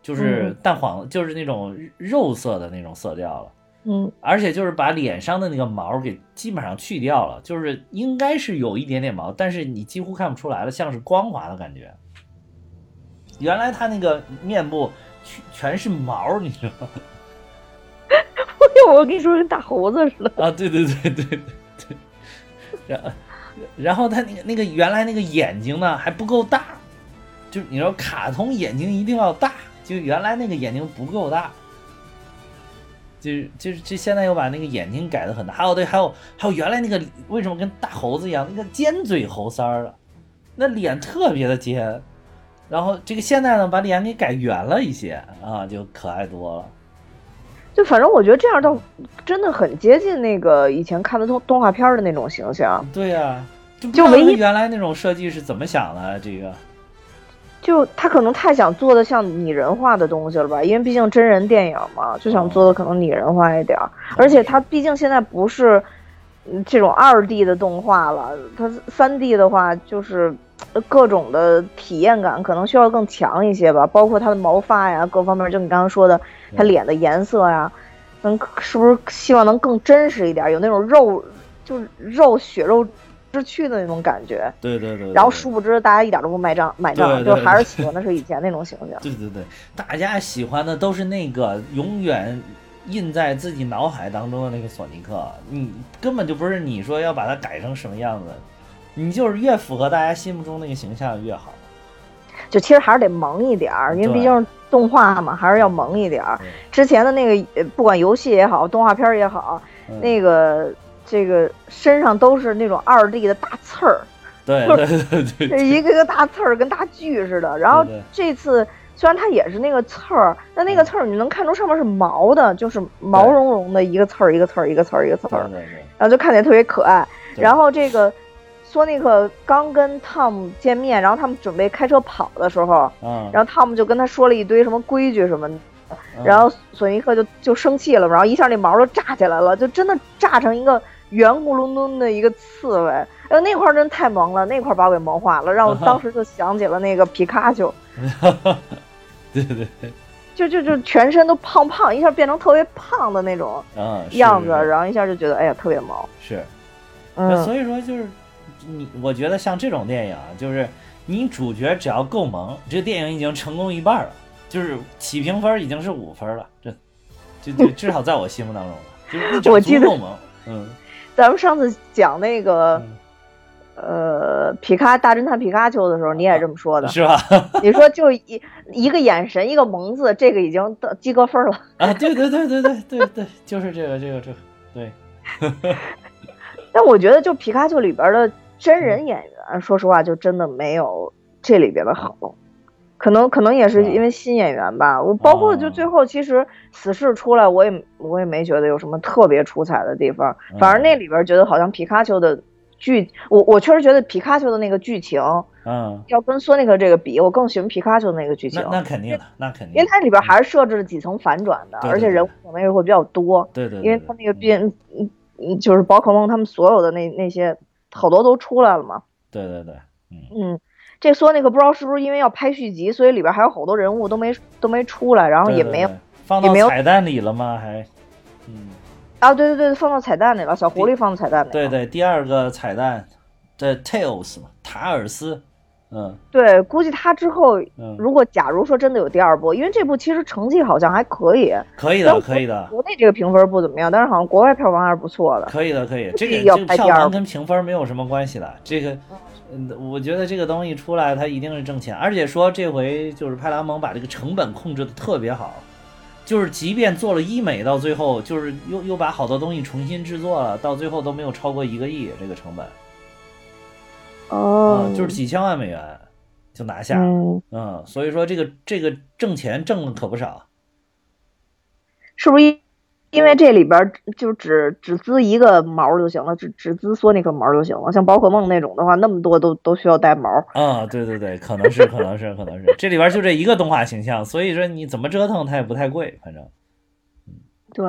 [SPEAKER 2] 就是
[SPEAKER 1] 嗯
[SPEAKER 2] 淡黄，就是那种肉色的那种色调了。
[SPEAKER 1] 嗯
[SPEAKER 2] 而且就是把脸上的那个毛给基本上去掉了，就是应该是有一点点毛，但是你几乎看不出来了，像是光滑的感觉。原来他那个面部全全是毛，你知道吗？
[SPEAKER 1] 哎我跟你说，跟大猴子似的。
[SPEAKER 2] 啊，对对对对对对，然然后他那个那个原来那个眼睛呢还不够大，就是你说卡通眼睛一定要大，就原来那个眼睛不够大，就是就是这现在又把那个眼睛改的很大，还有对还有还有原来那个为什么跟大猴子一样那个尖嘴猴腮儿了，那脸特别的尖，然后这个现在呢把脸给改圆了一些啊，就可爱多了。
[SPEAKER 1] 就反正我觉得这样倒真的很接近那个以前看的动动画片儿的那种形象。
[SPEAKER 2] 对呀、就不知
[SPEAKER 1] 就
[SPEAKER 2] 道
[SPEAKER 1] 唯
[SPEAKER 2] 他
[SPEAKER 1] 一
[SPEAKER 2] 原来那种设计是怎么想的啊这个。
[SPEAKER 1] 就他可能太想做的像拟人化的东西了吧，因为毕竟真人电影嘛，就想做的可能拟人化一点儿。而且他毕竟现在不是嗯这种二 D 的动画了，他三 D 的话就是呃各种的体验感可能需要更强一些吧，包括他的毛发呀，各方面，就你刚刚说的他脸的颜色呀，能是不是希望能更真实一点儿，有那种肉就是肉血肉之躯的那种感觉。
[SPEAKER 2] 对对对，对
[SPEAKER 1] 然后
[SPEAKER 2] 对
[SPEAKER 1] 殊不知大家一点都不买账，买
[SPEAKER 2] 对
[SPEAKER 1] 账
[SPEAKER 2] 对
[SPEAKER 1] 就
[SPEAKER 2] 对
[SPEAKER 1] 还是喜欢的是以前那种形象。
[SPEAKER 2] 对对对，大家喜欢的都是那个永远印在自己脑海当中的那个索尼克，你根本就不是你说要把它改成什么样子，你就是越符合大家心目中那个形象越好。
[SPEAKER 1] 就其实还是得萌一点儿，因为
[SPEAKER 2] 对
[SPEAKER 1] 毕竟是动画嘛，还是要萌一点儿
[SPEAKER 2] 对。
[SPEAKER 1] 之前的那个呃不管游戏也好，动画片儿也好，
[SPEAKER 2] 嗯、
[SPEAKER 1] 那个这个身上都是那种二 D 的大刺儿，
[SPEAKER 2] 对对对对对，
[SPEAKER 1] 一个个大刺儿跟大锯似的。然后
[SPEAKER 2] 对嗯对
[SPEAKER 1] 这次虽然它也是那个刺儿，但那个刺儿你能看出上面是毛的，就是毛
[SPEAKER 2] 对
[SPEAKER 1] 茸茸的一个刺儿一个刺儿一个刺儿一个刺儿
[SPEAKER 2] 对。对对
[SPEAKER 1] 然后就看起来特别可爱。
[SPEAKER 2] 对
[SPEAKER 1] 然后这个索尼克刚跟汤姆见面，然后他们准备开车跑的时候，
[SPEAKER 2] 嗯，
[SPEAKER 1] 然后汤姆就跟他说了一堆什么规矩什么的，
[SPEAKER 2] 嗯
[SPEAKER 1] 然后索尼克就就生气了嘛，然后一下那毛就炸起来了，就真的炸成一个圆咕隆咚的一个刺猬。哎呦，那块儿真的太萌了，那块儿把我给萌化了，让我当时就想起了那个皮卡丘，
[SPEAKER 2] 对对对，
[SPEAKER 1] 就就就全身都胖胖，一下变成特别胖的那种
[SPEAKER 2] 嗯，是
[SPEAKER 1] 样子，
[SPEAKER 2] 是
[SPEAKER 1] 然后一下就觉得哎呀特别萌，
[SPEAKER 2] 是。那
[SPEAKER 1] 嗯
[SPEAKER 2] 所以说就是你，我觉得像这种电影啊，就是你主角只要够萌，这电影已经成功一半了，就是起评分已经是五分了，这这这至少在我心目当中了，就是你只要
[SPEAKER 1] 我记
[SPEAKER 2] 足
[SPEAKER 1] 得
[SPEAKER 2] 够萌，嗯，
[SPEAKER 1] 咱们上次讲那个。
[SPEAKER 2] 嗯
[SPEAKER 1] 呃，皮卡大侦探皮卡丘的时候，你也这么说的。
[SPEAKER 2] 是吧？
[SPEAKER 1] 你说就一一个眼神，一个萌字，这个已经到及格分了。
[SPEAKER 2] 啊，对对对对对对对，就是这个这个这个，对，
[SPEAKER 1] 但我觉得，就皮卡丘里边的真人演员，说实话，就真的没有这里边的好。可能可能也是因为新演员吧。我包括就最后，其实死侍出来，我也我也没觉得有什么特别出彩的地方。反而那里边觉得好像皮卡丘的剧，我我确实觉得皮卡丘的那个剧情
[SPEAKER 2] 嗯，
[SPEAKER 1] 要跟索尼克这个比，我更喜欢皮卡丘的那个剧
[SPEAKER 2] 那
[SPEAKER 1] 情。
[SPEAKER 2] 那肯定的，那肯定的，
[SPEAKER 1] 因为它里边还是设置了几层反转的，
[SPEAKER 2] 对对
[SPEAKER 1] 而且人物可能也会比较多，
[SPEAKER 2] 对对，对
[SPEAKER 1] 因为
[SPEAKER 2] 对
[SPEAKER 1] 它那个变，嗯嗯，就是宝可梦他们所有的那那些好多都出来了嘛，
[SPEAKER 2] 对对对，嗯
[SPEAKER 1] 嗯，这说那个不知道是不是因为要拍续集，所以里边还有好多人物都没都没出来，然后也没有
[SPEAKER 2] 对对对放
[SPEAKER 1] 也没
[SPEAKER 2] 到
[SPEAKER 1] 有
[SPEAKER 2] 彩蛋里了吗？还，嗯，
[SPEAKER 1] 啊，对对对，放到彩蛋里了，小狐狸放到彩蛋里了，
[SPEAKER 2] 对对，第二个彩蛋，这 Tails 嘛，塔尔斯，嗯
[SPEAKER 1] 对，估计他之后
[SPEAKER 2] 嗯，
[SPEAKER 1] 如果假如说真的有第二部，因为这部其实成绩好像还可以，
[SPEAKER 2] 可以
[SPEAKER 1] 但
[SPEAKER 2] 的，
[SPEAKER 1] 我
[SPEAKER 2] 可以的，
[SPEAKER 1] 国内这个评分不怎么样，但是好像国外票房还是不错的。
[SPEAKER 2] 可以的，可以。这
[SPEAKER 1] 必
[SPEAKER 2] 个
[SPEAKER 1] 要
[SPEAKER 2] 这个
[SPEAKER 1] 拍第
[SPEAKER 2] 票
[SPEAKER 1] 二
[SPEAKER 2] 房
[SPEAKER 1] 部
[SPEAKER 2] 跟评分没有什么关系的，这个，嗯，我觉得这个东西出来它一定是挣钱，而且说这回就是派拉蒙把这个成本控制的特别好。就是，即便做了医美，到最后就是又又把好多东西重新制作了，到最后都没有超过一个亿这个成本，
[SPEAKER 1] 哦
[SPEAKER 2] 嗯，就是几千万美元就拿下了。
[SPEAKER 1] 嗯，
[SPEAKER 2] 嗯，所以说这个这个挣钱挣的可不少。
[SPEAKER 1] 是不是因因为这里边儿就只只滋一个毛儿就行了，只只滋缩那个毛儿就行了？像宝可梦那种的话，那么多都都需要带毛儿。
[SPEAKER 2] 啊、对对对，可能是，可能是，可能是，这里边就这一个动画形象，所以说你怎么折腾它也不太贵，反正，
[SPEAKER 1] 对，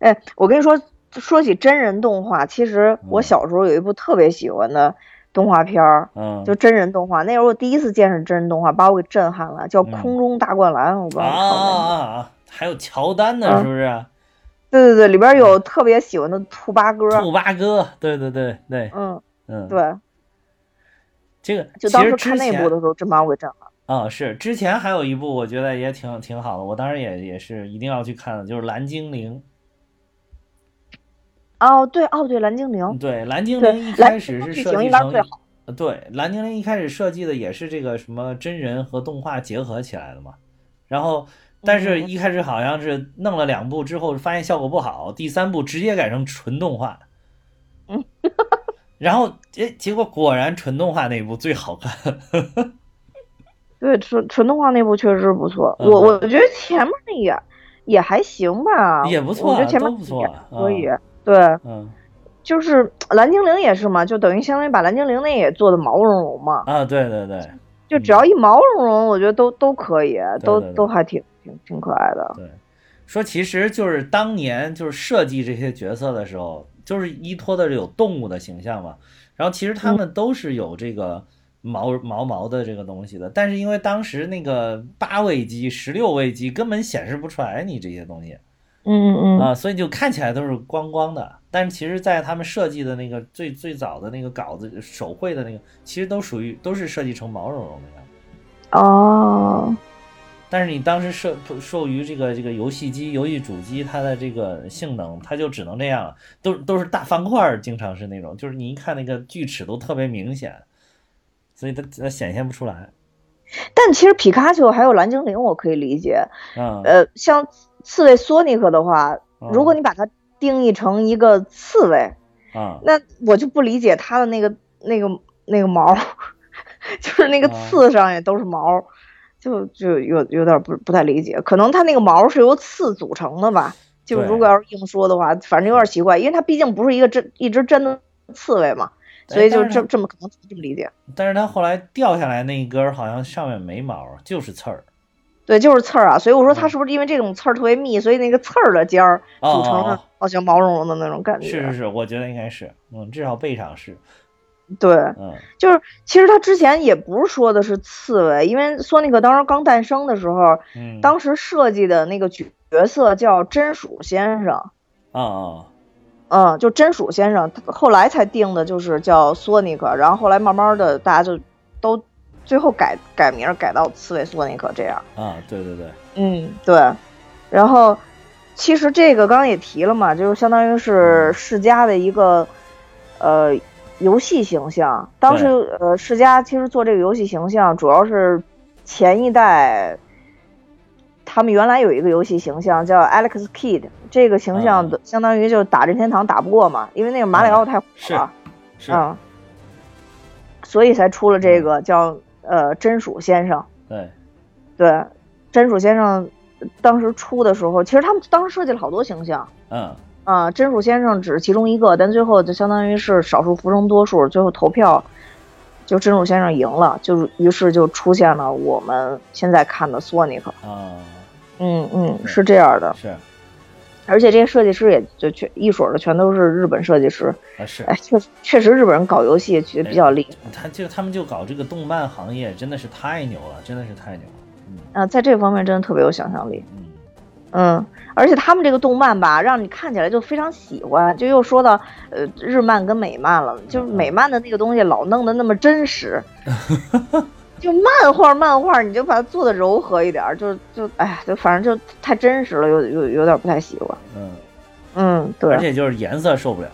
[SPEAKER 1] 哎，我跟你说，说起真人动画，其实我
[SPEAKER 2] 嗯
[SPEAKER 1] 小时候有一部特别喜欢的动画片儿，
[SPEAKER 2] 嗯，
[SPEAKER 1] 就真人动画。那时候我第一次见识真人动画，把我给震撼了，叫
[SPEAKER 2] 嗯
[SPEAKER 1] 《空中大灌篮》，我不知
[SPEAKER 2] 啊
[SPEAKER 1] 道你看过没
[SPEAKER 2] 啊
[SPEAKER 1] 有。
[SPEAKER 2] 啊！还有乔丹呢，
[SPEAKER 1] 嗯
[SPEAKER 2] 是不是？
[SPEAKER 1] 对对对，里边有特别喜欢的兔八哥。
[SPEAKER 2] 兔八哥，对对对对，
[SPEAKER 1] 嗯，
[SPEAKER 2] 嗯，
[SPEAKER 1] 对，
[SPEAKER 2] 这个
[SPEAKER 1] 就
[SPEAKER 2] 其
[SPEAKER 1] 当
[SPEAKER 2] 实
[SPEAKER 1] 时
[SPEAKER 2] 之
[SPEAKER 1] 看那
[SPEAKER 2] 前
[SPEAKER 1] 部的时候，真把我给震撼。
[SPEAKER 2] 啊、是之前还有一部我觉得也挺挺好的，我当时也也是一定要去看的，就是《蓝精灵
[SPEAKER 1] 哦，对，哦对，蓝精》。灵，
[SPEAKER 2] 对，《蓝精灵
[SPEAKER 1] 对》
[SPEAKER 2] 一
[SPEAKER 1] 蓝
[SPEAKER 2] 开始
[SPEAKER 1] 精
[SPEAKER 2] 是
[SPEAKER 1] 灵剧
[SPEAKER 2] 设
[SPEAKER 1] 情
[SPEAKER 2] 计
[SPEAKER 1] 一般
[SPEAKER 2] 成
[SPEAKER 1] 最
[SPEAKER 2] 呃对，《蓝精灵》一开始设计的也是这个什么真人和动画结合起来的嘛。然后，但是
[SPEAKER 1] 嗯
[SPEAKER 2] 一开始好像是弄了两部之后，发现效果不好，第三部直接改成纯动画。
[SPEAKER 1] 嗯，
[SPEAKER 2] 然后诶，结果果然纯动画那一部最好看。
[SPEAKER 1] 对，纯纯动画那部确实不错。
[SPEAKER 2] 嗯
[SPEAKER 1] 我
[SPEAKER 2] 对
[SPEAKER 1] 我觉得前面那也也还行吧，
[SPEAKER 2] 也不错
[SPEAKER 1] 我觉得前面
[SPEAKER 2] 都不错
[SPEAKER 1] 也还可以。
[SPEAKER 2] 嗯
[SPEAKER 1] 对，
[SPEAKER 2] 嗯
[SPEAKER 1] 就是蓝精灵也是嘛，就等于相当于把蓝精灵那也做的毛茸茸嘛，
[SPEAKER 2] 啊，对对对
[SPEAKER 1] 就只要一毛茸茸，我觉得都都可以，都
[SPEAKER 2] 对对
[SPEAKER 1] 都还挺挺挺可爱的。
[SPEAKER 2] 对，说其实就是当年就是设计这些角色的时候，就是依托的是有动物的形象嘛。然后其实他们都是有这个毛毛毛的这个东西的，但是因为当时那个八位机、十六位机根本显示不出来你这些东西
[SPEAKER 1] 嗯嗯嗯，
[SPEAKER 2] 啊，所以就看起来都是光光的。但是其实，在他们设计的那个最最早的那个稿子手绘的那个，其实都属于都是设计成毛茸茸的样子。啊
[SPEAKER 1] 哦，
[SPEAKER 2] 但是你当时受受于这个这个游戏机、游戏主机它的这个性能，它就只能这样了。都都是大方块儿，经常是那种，就是你一看那个锯齿都特别明显，所以它它显现不出来。
[SPEAKER 1] 但其实皮卡丘还有蓝精灵，我可以理解。
[SPEAKER 2] 嗯，
[SPEAKER 1] 呃，像刺猬索尼克的话，如果你把它定义成一个刺猬，
[SPEAKER 2] 啊
[SPEAKER 1] 那我就不理解它的那个那个那个毛， 就是那个
[SPEAKER 2] 啊
[SPEAKER 1] 刺上也都是毛，就就有有点不不太理解。可能它那个毛是由刺组成的吧？就
[SPEAKER 2] 对
[SPEAKER 1] 如果要是硬说的话，反正有点奇怪，因为它毕竟不是一个真一只真的刺猬嘛，
[SPEAKER 2] 对
[SPEAKER 1] 所以就
[SPEAKER 2] 但是
[SPEAKER 1] 这
[SPEAKER 2] 它
[SPEAKER 1] 这么可能这么理解。
[SPEAKER 2] 但是它后来掉下来那一根儿好像上面没毛，就是刺儿。
[SPEAKER 1] 对，就是刺儿啊，所以我说它
[SPEAKER 2] 嗯
[SPEAKER 1] 是不是因为这种刺儿特别密，所以那个刺儿的尖儿
[SPEAKER 2] 哦
[SPEAKER 1] 组成
[SPEAKER 2] 哦
[SPEAKER 1] 了好像毛茸茸的那种感觉。
[SPEAKER 2] 是是是，我觉得应该是，嗯，至少背上是，
[SPEAKER 1] 对，
[SPEAKER 2] 嗯
[SPEAKER 1] 就是其实它之前也不是说的是刺猬，因为索尼克当时刚诞生的时候，
[SPEAKER 2] 嗯，
[SPEAKER 1] 当时设计的那个角色叫真鼠先生，
[SPEAKER 2] 啊啊
[SPEAKER 1] 嗯，就真鼠先生，他后来才定的就是叫索尼克，然后后来慢慢的大家就都最后改改名儿改到刺猬索尼克这样。
[SPEAKER 2] 啊，对对对，
[SPEAKER 1] 嗯，对。然后，其实这个刚刚也提了嘛，就是相当于
[SPEAKER 2] 嗯
[SPEAKER 1] 是世嘉的一个呃游戏形象。当时呃，世嘉其实做这个游戏形象，主要是前一代他们原来有一个游戏形象叫 Alex Kidd，这个形
[SPEAKER 2] 嗯
[SPEAKER 1] 象的、相当于就打任天堂打不过嘛，因为那个马里奥太火
[SPEAKER 2] 是
[SPEAKER 1] 了，
[SPEAKER 2] 嗯是，嗯
[SPEAKER 1] 嗯，所以才出了这个叫呃真鼠先生。
[SPEAKER 2] 对，
[SPEAKER 1] 对，真鼠先生当时出的时候，其实他们当时设计了好多形象
[SPEAKER 2] 嗯
[SPEAKER 1] 啊、真鼠先生只是其中一个，但最后就相当于是少数服从多数，最后投票就真鼠先生赢了，就是于是就出现了我们现在看的索尼克。
[SPEAKER 2] 啊
[SPEAKER 1] 嗯嗯，是这样的。
[SPEAKER 2] 是，
[SPEAKER 1] 而且这些设计师也就全一水儿的全都是日本设计师，
[SPEAKER 2] 啊是，
[SPEAKER 1] 哎，确实确实日本人搞游戏觉得比较厉害
[SPEAKER 2] 哎他就他们就搞这个动漫行业，真的是太牛了，真的是太牛了，嗯
[SPEAKER 1] 啊，在这方面真的特别有想象力，
[SPEAKER 2] 嗯，
[SPEAKER 1] 嗯，而且他们这个动漫吧，让你看起来就非常喜欢，就又说到呃日漫跟美漫了，就是
[SPEAKER 2] 嗯
[SPEAKER 1] 美漫的那个东西老弄得那么真 实，就漫画漫画你就把它做的柔和一点儿，就就哎呀，就反正就太真实了，有有有点不太喜欢，
[SPEAKER 2] 嗯，
[SPEAKER 1] 嗯，对
[SPEAKER 2] 而，且就是颜色受不了，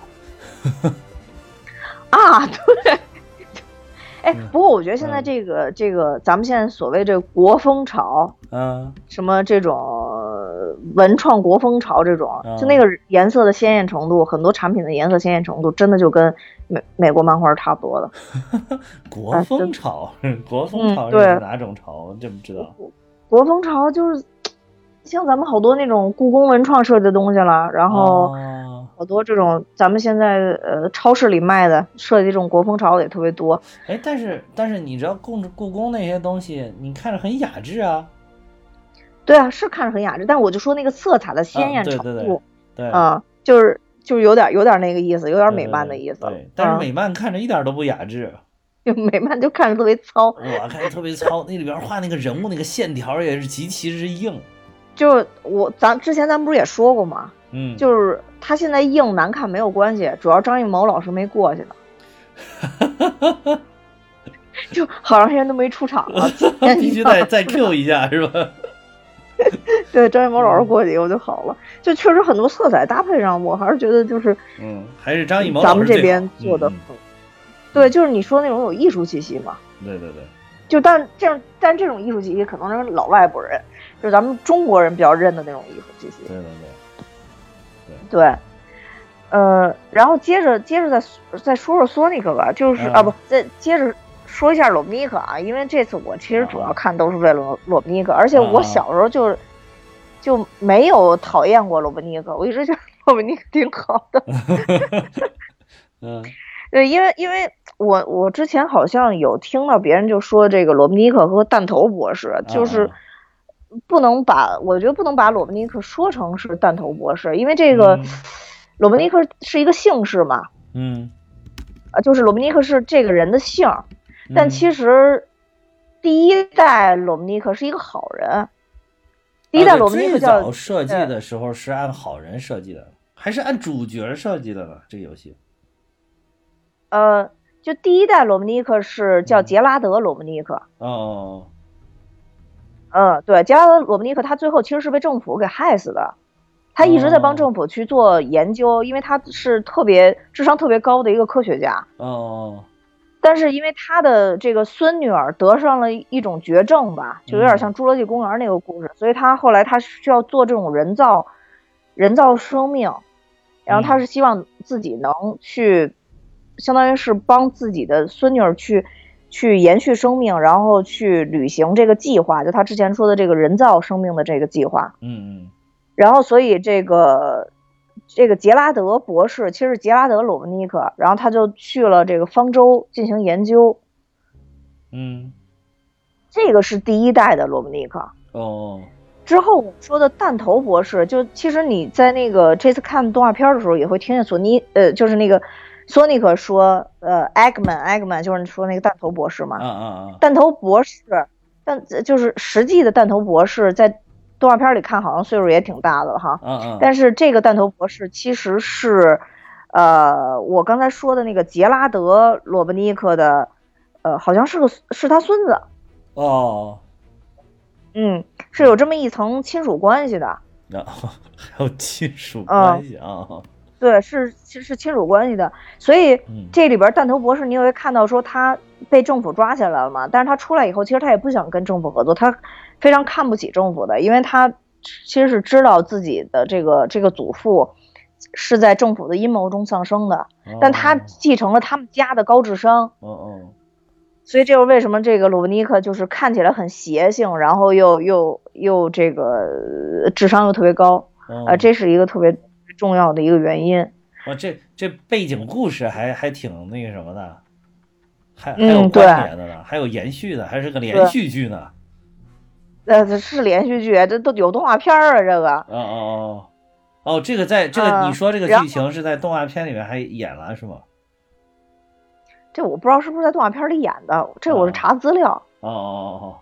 [SPEAKER 1] 啊，对。 哎
[SPEAKER 2] 嗯，
[SPEAKER 1] 不过我觉得现在
[SPEAKER 2] 嗯
[SPEAKER 1] 这个、这个，咱们现在所谓这国风潮，
[SPEAKER 2] 嗯
[SPEAKER 1] 什么这种呃文创国风潮这种，
[SPEAKER 2] 嗯
[SPEAKER 1] 就那个颜色的鲜艳程度，很多产品的颜色鲜艳程度，真的就跟美美国漫画是差不多的。
[SPEAKER 2] 国风潮， 国
[SPEAKER 1] 啊
[SPEAKER 2] 风
[SPEAKER 1] 嗯
[SPEAKER 2] 潮是
[SPEAKER 1] 对
[SPEAKER 2] 哪种潮？这不知道，
[SPEAKER 1] 国风潮就是像咱们好多那种故宫文创设计的东西了，然后
[SPEAKER 2] 哦
[SPEAKER 1] 好多这种咱们现在呃超市里卖的设计这种国风潮的也特别多。
[SPEAKER 2] 哎，但是但是你知道故故宫那些东西，你看着很雅致啊，
[SPEAKER 1] 对啊，是看着很雅致，但我就说那个色彩的鲜艳
[SPEAKER 2] 嗯对
[SPEAKER 1] 程
[SPEAKER 2] 对对
[SPEAKER 1] 度。
[SPEAKER 2] 对，
[SPEAKER 1] 啊，就是就是有点有点那个意思，有点
[SPEAKER 2] 对
[SPEAKER 1] 美
[SPEAKER 2] 对
[SPEAKER 1] 漫
[SPEAKER 2] 对
[SPEAKER 1] 的意思了。
[SPEAKER 2] 对，但是
[SPEAKER 1] 啊
[SPEAKER 2] 美漫看着一点都不雅致，
[SPEAKER 1] 就美漫就看着特别糙，
[SPEAKER 2] 我看着特别糙，那里边画那个人物那个线条也是极其之硬，
[SPEAKER 1] 就是我咱之前咱不是也说过吗？
[SPEAKER 2] 嗯，
[SPEAKER 1] 就是他现在硬难看没有关系，主要张艺谋老师没过去呢。 就好长时间都没出场了，今天
[SPEAKER 2] 必须 再再 Q 一下是吧？
[SPEAKER 1] 对张艺谋老师过去
[SPEAKER 2] 嗯
[SPEAKER 1] 以后就好了。就确实很多色彩搭配上，我还是觉得就是
[SPEAKER 2] 嗯，还是张艺谋
[SPEAKER 1] 咱
[SPEAKER 2] 老
[SPEAKER 1] 们
[SPEAKER 2] 师
[SPEAKER 1] 这
[SPEAKER 2] 最
[SPEAKER 1] 边
[SPEAKER 2] 好
[SPEAKER 1] 做的
[SPEAKER 2] 嗯
[SPEAKER 1] 很，对，就是你说那种有艺术气息嘛，
[SPEAKER 2] 嗯对对对，
[SPEAKER 1] 就但这样，但这种艺术气息可能是老外国人，就是咱们中国人比较认的那种艺术气息。
[SPEAKER 2] 对对对，
[SPEAKER 1] 对，呃，然后接着接着再说再说说索尼克吧，就是、
[SPEAKER 2] 嗯
[SPEAKER 1] 啊不，再接着说一下罗密克啊，因为这次我其实主要看都是为了罗罗密克，而且我小时候就是、就没有讨厌过罗密克，我一直觉得罗密克挺好的。
[SPEAKER 2] 嗯
[SPEAKER 1] 对，因为因为我我之前好像有听到别人就说这个罗密克和弹头博士就是。
[SPEAKER 2] 啊
[SPEAKER 1] 不能把，我觉得不能把罗伯尼克说成是弹头博士，因为这个、
[SPEAKER 2] 嗯
[SPEAKER 1] 罗伯尼克是一个姓氏嘛，
[SPEAKER 2] 嗯，
[SPEAKER 1] 啊，就是罗伯尼克是这个人的姓儿，但
[SPEAKER 2] 实
[SPEAKER 1] 其实第一代罗伯尼克是一个好人，第一代罗伯尼克
[SPEAKER 2] 啊最
[SPEAKER 1] 叫、
[SPEAKER 2] 早设计的时候是按好人设计的，还是按主角设计的呢？这个游戏
[SPEAKER 1] 呃，就第一代罗伯尼克是叫
[SPEAKER 2] 嗯
[SPEAKER 1] 杰拉德罗伯尼克，
[SPEAKER 2] 哦，
[SPEAKER 1] 嗯，对，杰拉德·罗伯尼克他最后其实是被政府给害死的，他一直在帮
[SPEAKER 2] 哦
[SPEAKER 1] 政府去做研究，因为他是特别智商特别高的一个科学家。
[SPEAKER 2] 哦哦
[SPEAKER 1] 但是因为他的这个孙女儿得上了一种绝症吧，就有点像《侏罗纪公园》那个故事，所以他后来他是需要做这种人造人造生命，然后他是希望自己能去，相当于是帮自己的孙女儿去去延续生命，然后去履行这个计划，就他之前说的这个人造生命的这个计划。
[SPEAKER 2] 嗯嗯
[SPEAKER 1] 然后所以这个这个杰拉德博士其实是杰拉德·鲁文尼克，然后他就去了这个方舟进行研究，
[SPEAKER 2] 嗯
[SPEAKER 1] 这个是第一代的鲁文尼克。
[SPEAKER 2] 哦
[SPEAKER 1] 之后我说的弹头博士，就其实你在那个这次看动画片的时候，也会听见索尼呃，就是那个索尼克说，呃，Eggman，Eggman 就是说那个弹头博士嘛
[SPEAKER 2] 啊。啊啊
[SPEAKER 1] 弹头博士，但就是实际的弹头博士，在动画片里看好像岁数也挺大的了哈。
[SPEAKER 2] 啊啊，
[SPEAKER 1] 但是这个弹头博士其实是，呃，我刚才说的那个杰拉德·罗伯尼克的，呃，好像是个是他孙子，
[SPEAKER 2] 哦。
[SPEAKER 1] 嗯，是有这么一层亲属关系的，
[SPEAKER 2] 然后哦 还有亲属
[SPEAKER 1] 啊
[SPEAKER 2] 关系啊，
[SPEAKER 1] 对，是是是亲属关系的，所以
[SPEAKER 2] 嗯
[SPEAKER 1] 这里边弹头博士，你也会看到说他被政府抓起来了嘛，但是他出来以后，其实他也不想跟政府合作，他非常看不起政府的，因为他其实是知道自己的这个这个祖父是在政府的阴谋中丧生的。但他
[SPEAKER 2] 哦
[SPEAKER 1] 继承了他们家的高智商，
[SPEAKER 2] 哦哦，
[SPEAKER 1] 所以这就是为什么这个鲁文尼克就是看起来很邪性，然后又又又这个呃智商又特别高
[SPEAKER 2] 哦
[SPEAKER 1] 啊、呃这是一个特别重要的一个原因。
[SPEAKER 2] 哇，哦这这背景故事还还挺那个什么的，还还
[SPEAKER 1] 嗯
[SPEAKER 2] 有
[SPEAKER 1] 对
[SPEAKER 2] 关联的呢，还有延续的，还是个连
[SPEAKER 1] 对
[SPEAKER 2] 续剧呢。
[SPEAKER 1] 呃，这是连续剧，这都有动画片儿啊，这个
[SPEAKER 2] 哦哦哦，哦，这个在这个
[SPEAKER 1] 呃
[SPEAKER 2] 你说这个
[SPEAKER 1] 然
[SPEAKER 2] 剧情是在动画片里面还演了是吗？
[SPEAKER 1] 这我不知道是不是在动画片里演的，这我
[SPEAKER 2] 哦
[SPEAKER 1] 是查资料。
[SPEAKER 2] 哦哦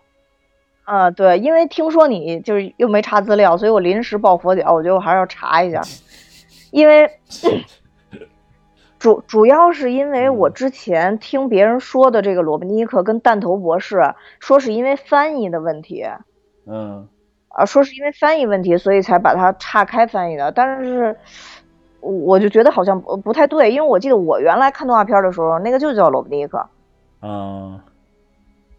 [SPEAKER 1] 啊，对，因为听说你就是又没查资料，所以我临时抱佛脚，我觉得我还是要查 一下，因为主主要是因为我之前听别人说的这个罗伯尼克跟弹头博士说是因为翻译的问题，
[SPEAKER 2] 哦哦，嗯
[SPEAKER 1] 啊，说是因为翻译问题，所以才把它岔开翻译的。但是，我就觉得好像不不太对，因为我记得我原来看动画片的时候，那个就叫罗布尼克
[SPEAKER 2] 嗯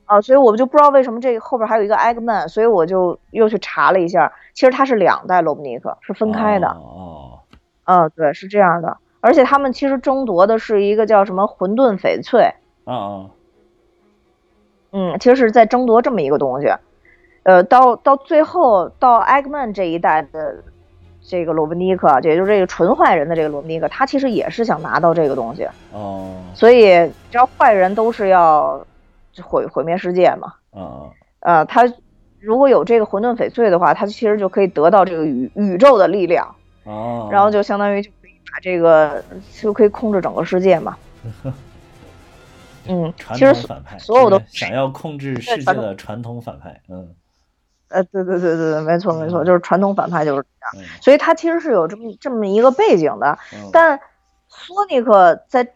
[SPEAKER 1] 啊，所以我就不知道为什么这个后边还有一个 Eggman，所以我就又去查了一下，其实它是两代罗布尼克，是分开的。
[SPEAKER 2] 哦
[SPEAKER 1] 嗯，对，是这样的。而且他们其实争夺的是一个叫什么混沌翡翠，
[SPEAKER 2] 哦哦
[SPEAKER 1] 嗯，其实是在争夺这么一个东西。呃，到到最后到 Eggman 这一代的这个罗布尼克，啊也就是这个纯坏人的这个罗布尼克，他其实也是想拿到这个东西，
[SPEAKER 2] 哦哦
[SPEAKER 1] 所以你知道坏人都是要毁毁灭世界嘛。
[SPEAKER 2] 哦
[SPEAKER 1] 呃，他如果有这个混沌翡翠的话，他其实就可以得到这个宇宇宙的力量，
[SPEAKER 2] 哦，
[SPEAKER 1] 然后就相当于就可以把这个就可以控制整个世 界嘛。嗯，
[SPEAKER 2] 传
[SPEAKER 1] 其实
[SPEAKER 2] 统
[SPEAKER 1] 所
[SPEAKER 2] 反派，
[SPEAKER 1] 所有
[SPEAKER 2] 这
[SPEAKER 1] 的
[SPEAKER 2] 个想要控制世界的传统反派，嗯
[SPEAKER 1] 呃，对对对对，对没错没错，就是传统反派就是
[SPEAKER 2] 嗯
[SPEAKER 1] 所以它其实是有这么这么一个背景的。
[SPEAKER 2] 嗯，
[SPEAKER 1] 但索尼克在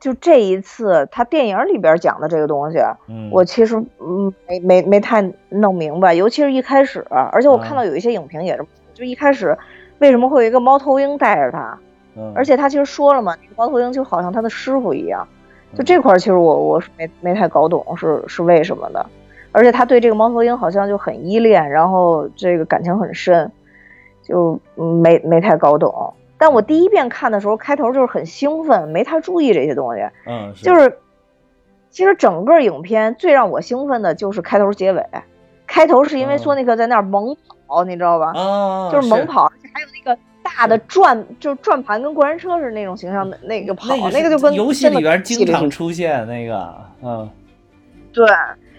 [SPEAKER 1] 就这一次他电影里边讲的这个东西，
[SPEAKER 2] 嗯
[SPEAKER 1] 我其实嗯没没没太弄明白，尤其是一开始，而且我看到有一些影评也是，就一开始为什么会有一个猫头鹰带着他，
[SPEAKER 2] 嗯
[SPEAKER 1] 而且他其实说了嘛，那个猫头鹰就好像他的师傅一样。就
[SPEAKER 2] 嗯
[SPEAKER 1] 这块儿，其实我我是没没太搞懂是是为什么的，而且他对这个猫头鹰好像就很依恋，然后这个感情很深，就嗯没没太搞懂。但我第一遍看的时候，开头就是很兴奋，没太注意这些东西。
[SPEAKER 2] 嗯是
[SPEAKER 1] 就是，其实整个影片最让我兴奋的就是开头结尾。开头是因为
[SPEAKER 2] 嗯
[SPEAKER 1] 索尼克在那儿猛跑，你知道吧？
[SPEAKER 2] 啊
[SPEAKER 1] 就是猛
[SPEAKER 2] 是
[SPEAKER 1] 跑，而且还有那个大的转，就是转盘跟过山车似的那种形象的那个跑，
[SPEAKER 2] 嗯
[SPEAKER 1] 那
[SPEAKER 2] 那
[SPEAKER 1] 个
[SPEAKER 2] 是
[SPEAKER 1] 就跟
[SPEAKER 2] 游戏
[SPEAKER 1] 真的
[SPEAKER 2] 里边
[SPEAKER 1] 戏
[SPEAKER 2] 经
[SPEAKER 1] 里
[SPEAKER 2] 常
[SPEAKER 1] 是
[SPEAKER 2] 出现那个，嗯，
[SPEAKER 1] 对，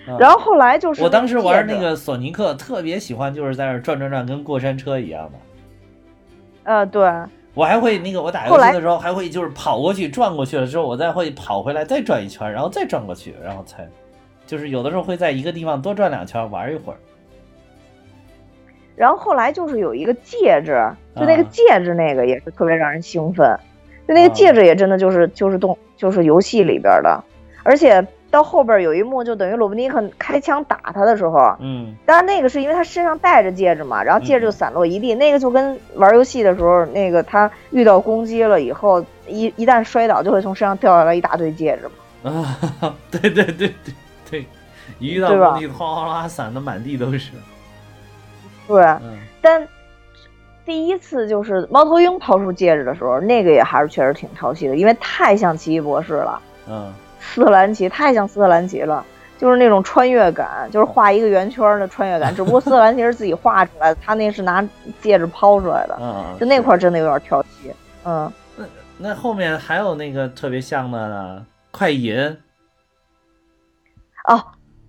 [SPEAKER 2] 嗯
[SPEAKER 1] 然后后来就是
[SPEAKER 2] 我当时玩那
[SPEAKER 1] 借着，
[SPEAKER 2] 个索尼克，特别喜欢就是在那儿转转转，跟过山车一样的。
[SPEAKER 1] 呃，对，
[SPEAKER 2] 我还会那个，我打游
[SPEAKER 1] 后
[SPEAKER 2] 戏
[SPEAKER 1] 来
[SPEAKER 2] 的时候还会就是跑过去转过去了之后，我再会跑回来再转一圈，然后再转过去，然后才，就是有的时候会在一个地方多转两圈玩一会儿。
[SPEAKER 1] 然后后来就是有一个戒指，就那个
[SPEAKER 2] 啊
[SPEAKER 1] 戒指那个也是特别让人兴奋，就那个戒指也真的就是就是动就是游戏里边的，而且到后边有一幕就等于罗布尼克开枪打他的时候，
[SPEAKER 2] 嗯
[SPEAKER 1] 当然那个是因为他身上戴着戒指嘛，然后戒指就散落一
[SPEAKER 2] 嗯
[SPEAKER 1] 地，那个就跟玩游戏的时候那个他遇到攻击了以后，一一旦摔倒就会从身上掉下来一大堆戒指嘛，
[SPEAKER 2] 啊，对对对对对，一遇到
[SPEAKER 1] 对吧
[SPEAKER 2] 工地哗哗啦散的满地都是。
[SPEAKER 1] 对，
[SPEAKER 2] 嗯
[SPEAKER 1] 但第一次就是猫头鹰抛出戒指的时候，那个也还是确实挺讨喜的，因为太像奇异博士了，
[SPEAKER 2] 嗯
[SPEAKER 1] 斯特兰奇太像斯特兰奇了，就是那种穿越感，就是画一个圆圈的穿越感。只不过斯特兰奇是自己画出来的，他那是拿戒指抛出来的，
[SPEAKER 2] 嗯，
[SPEAKER 1] 就那
[SPEAKER 2] 是
[SPEAKER 1] 块儿真的有点挑剔。嗯，
[SPEAKER 2] 那后面还有那个特别像的呢，快银。
[SPEAKER 1] 哦。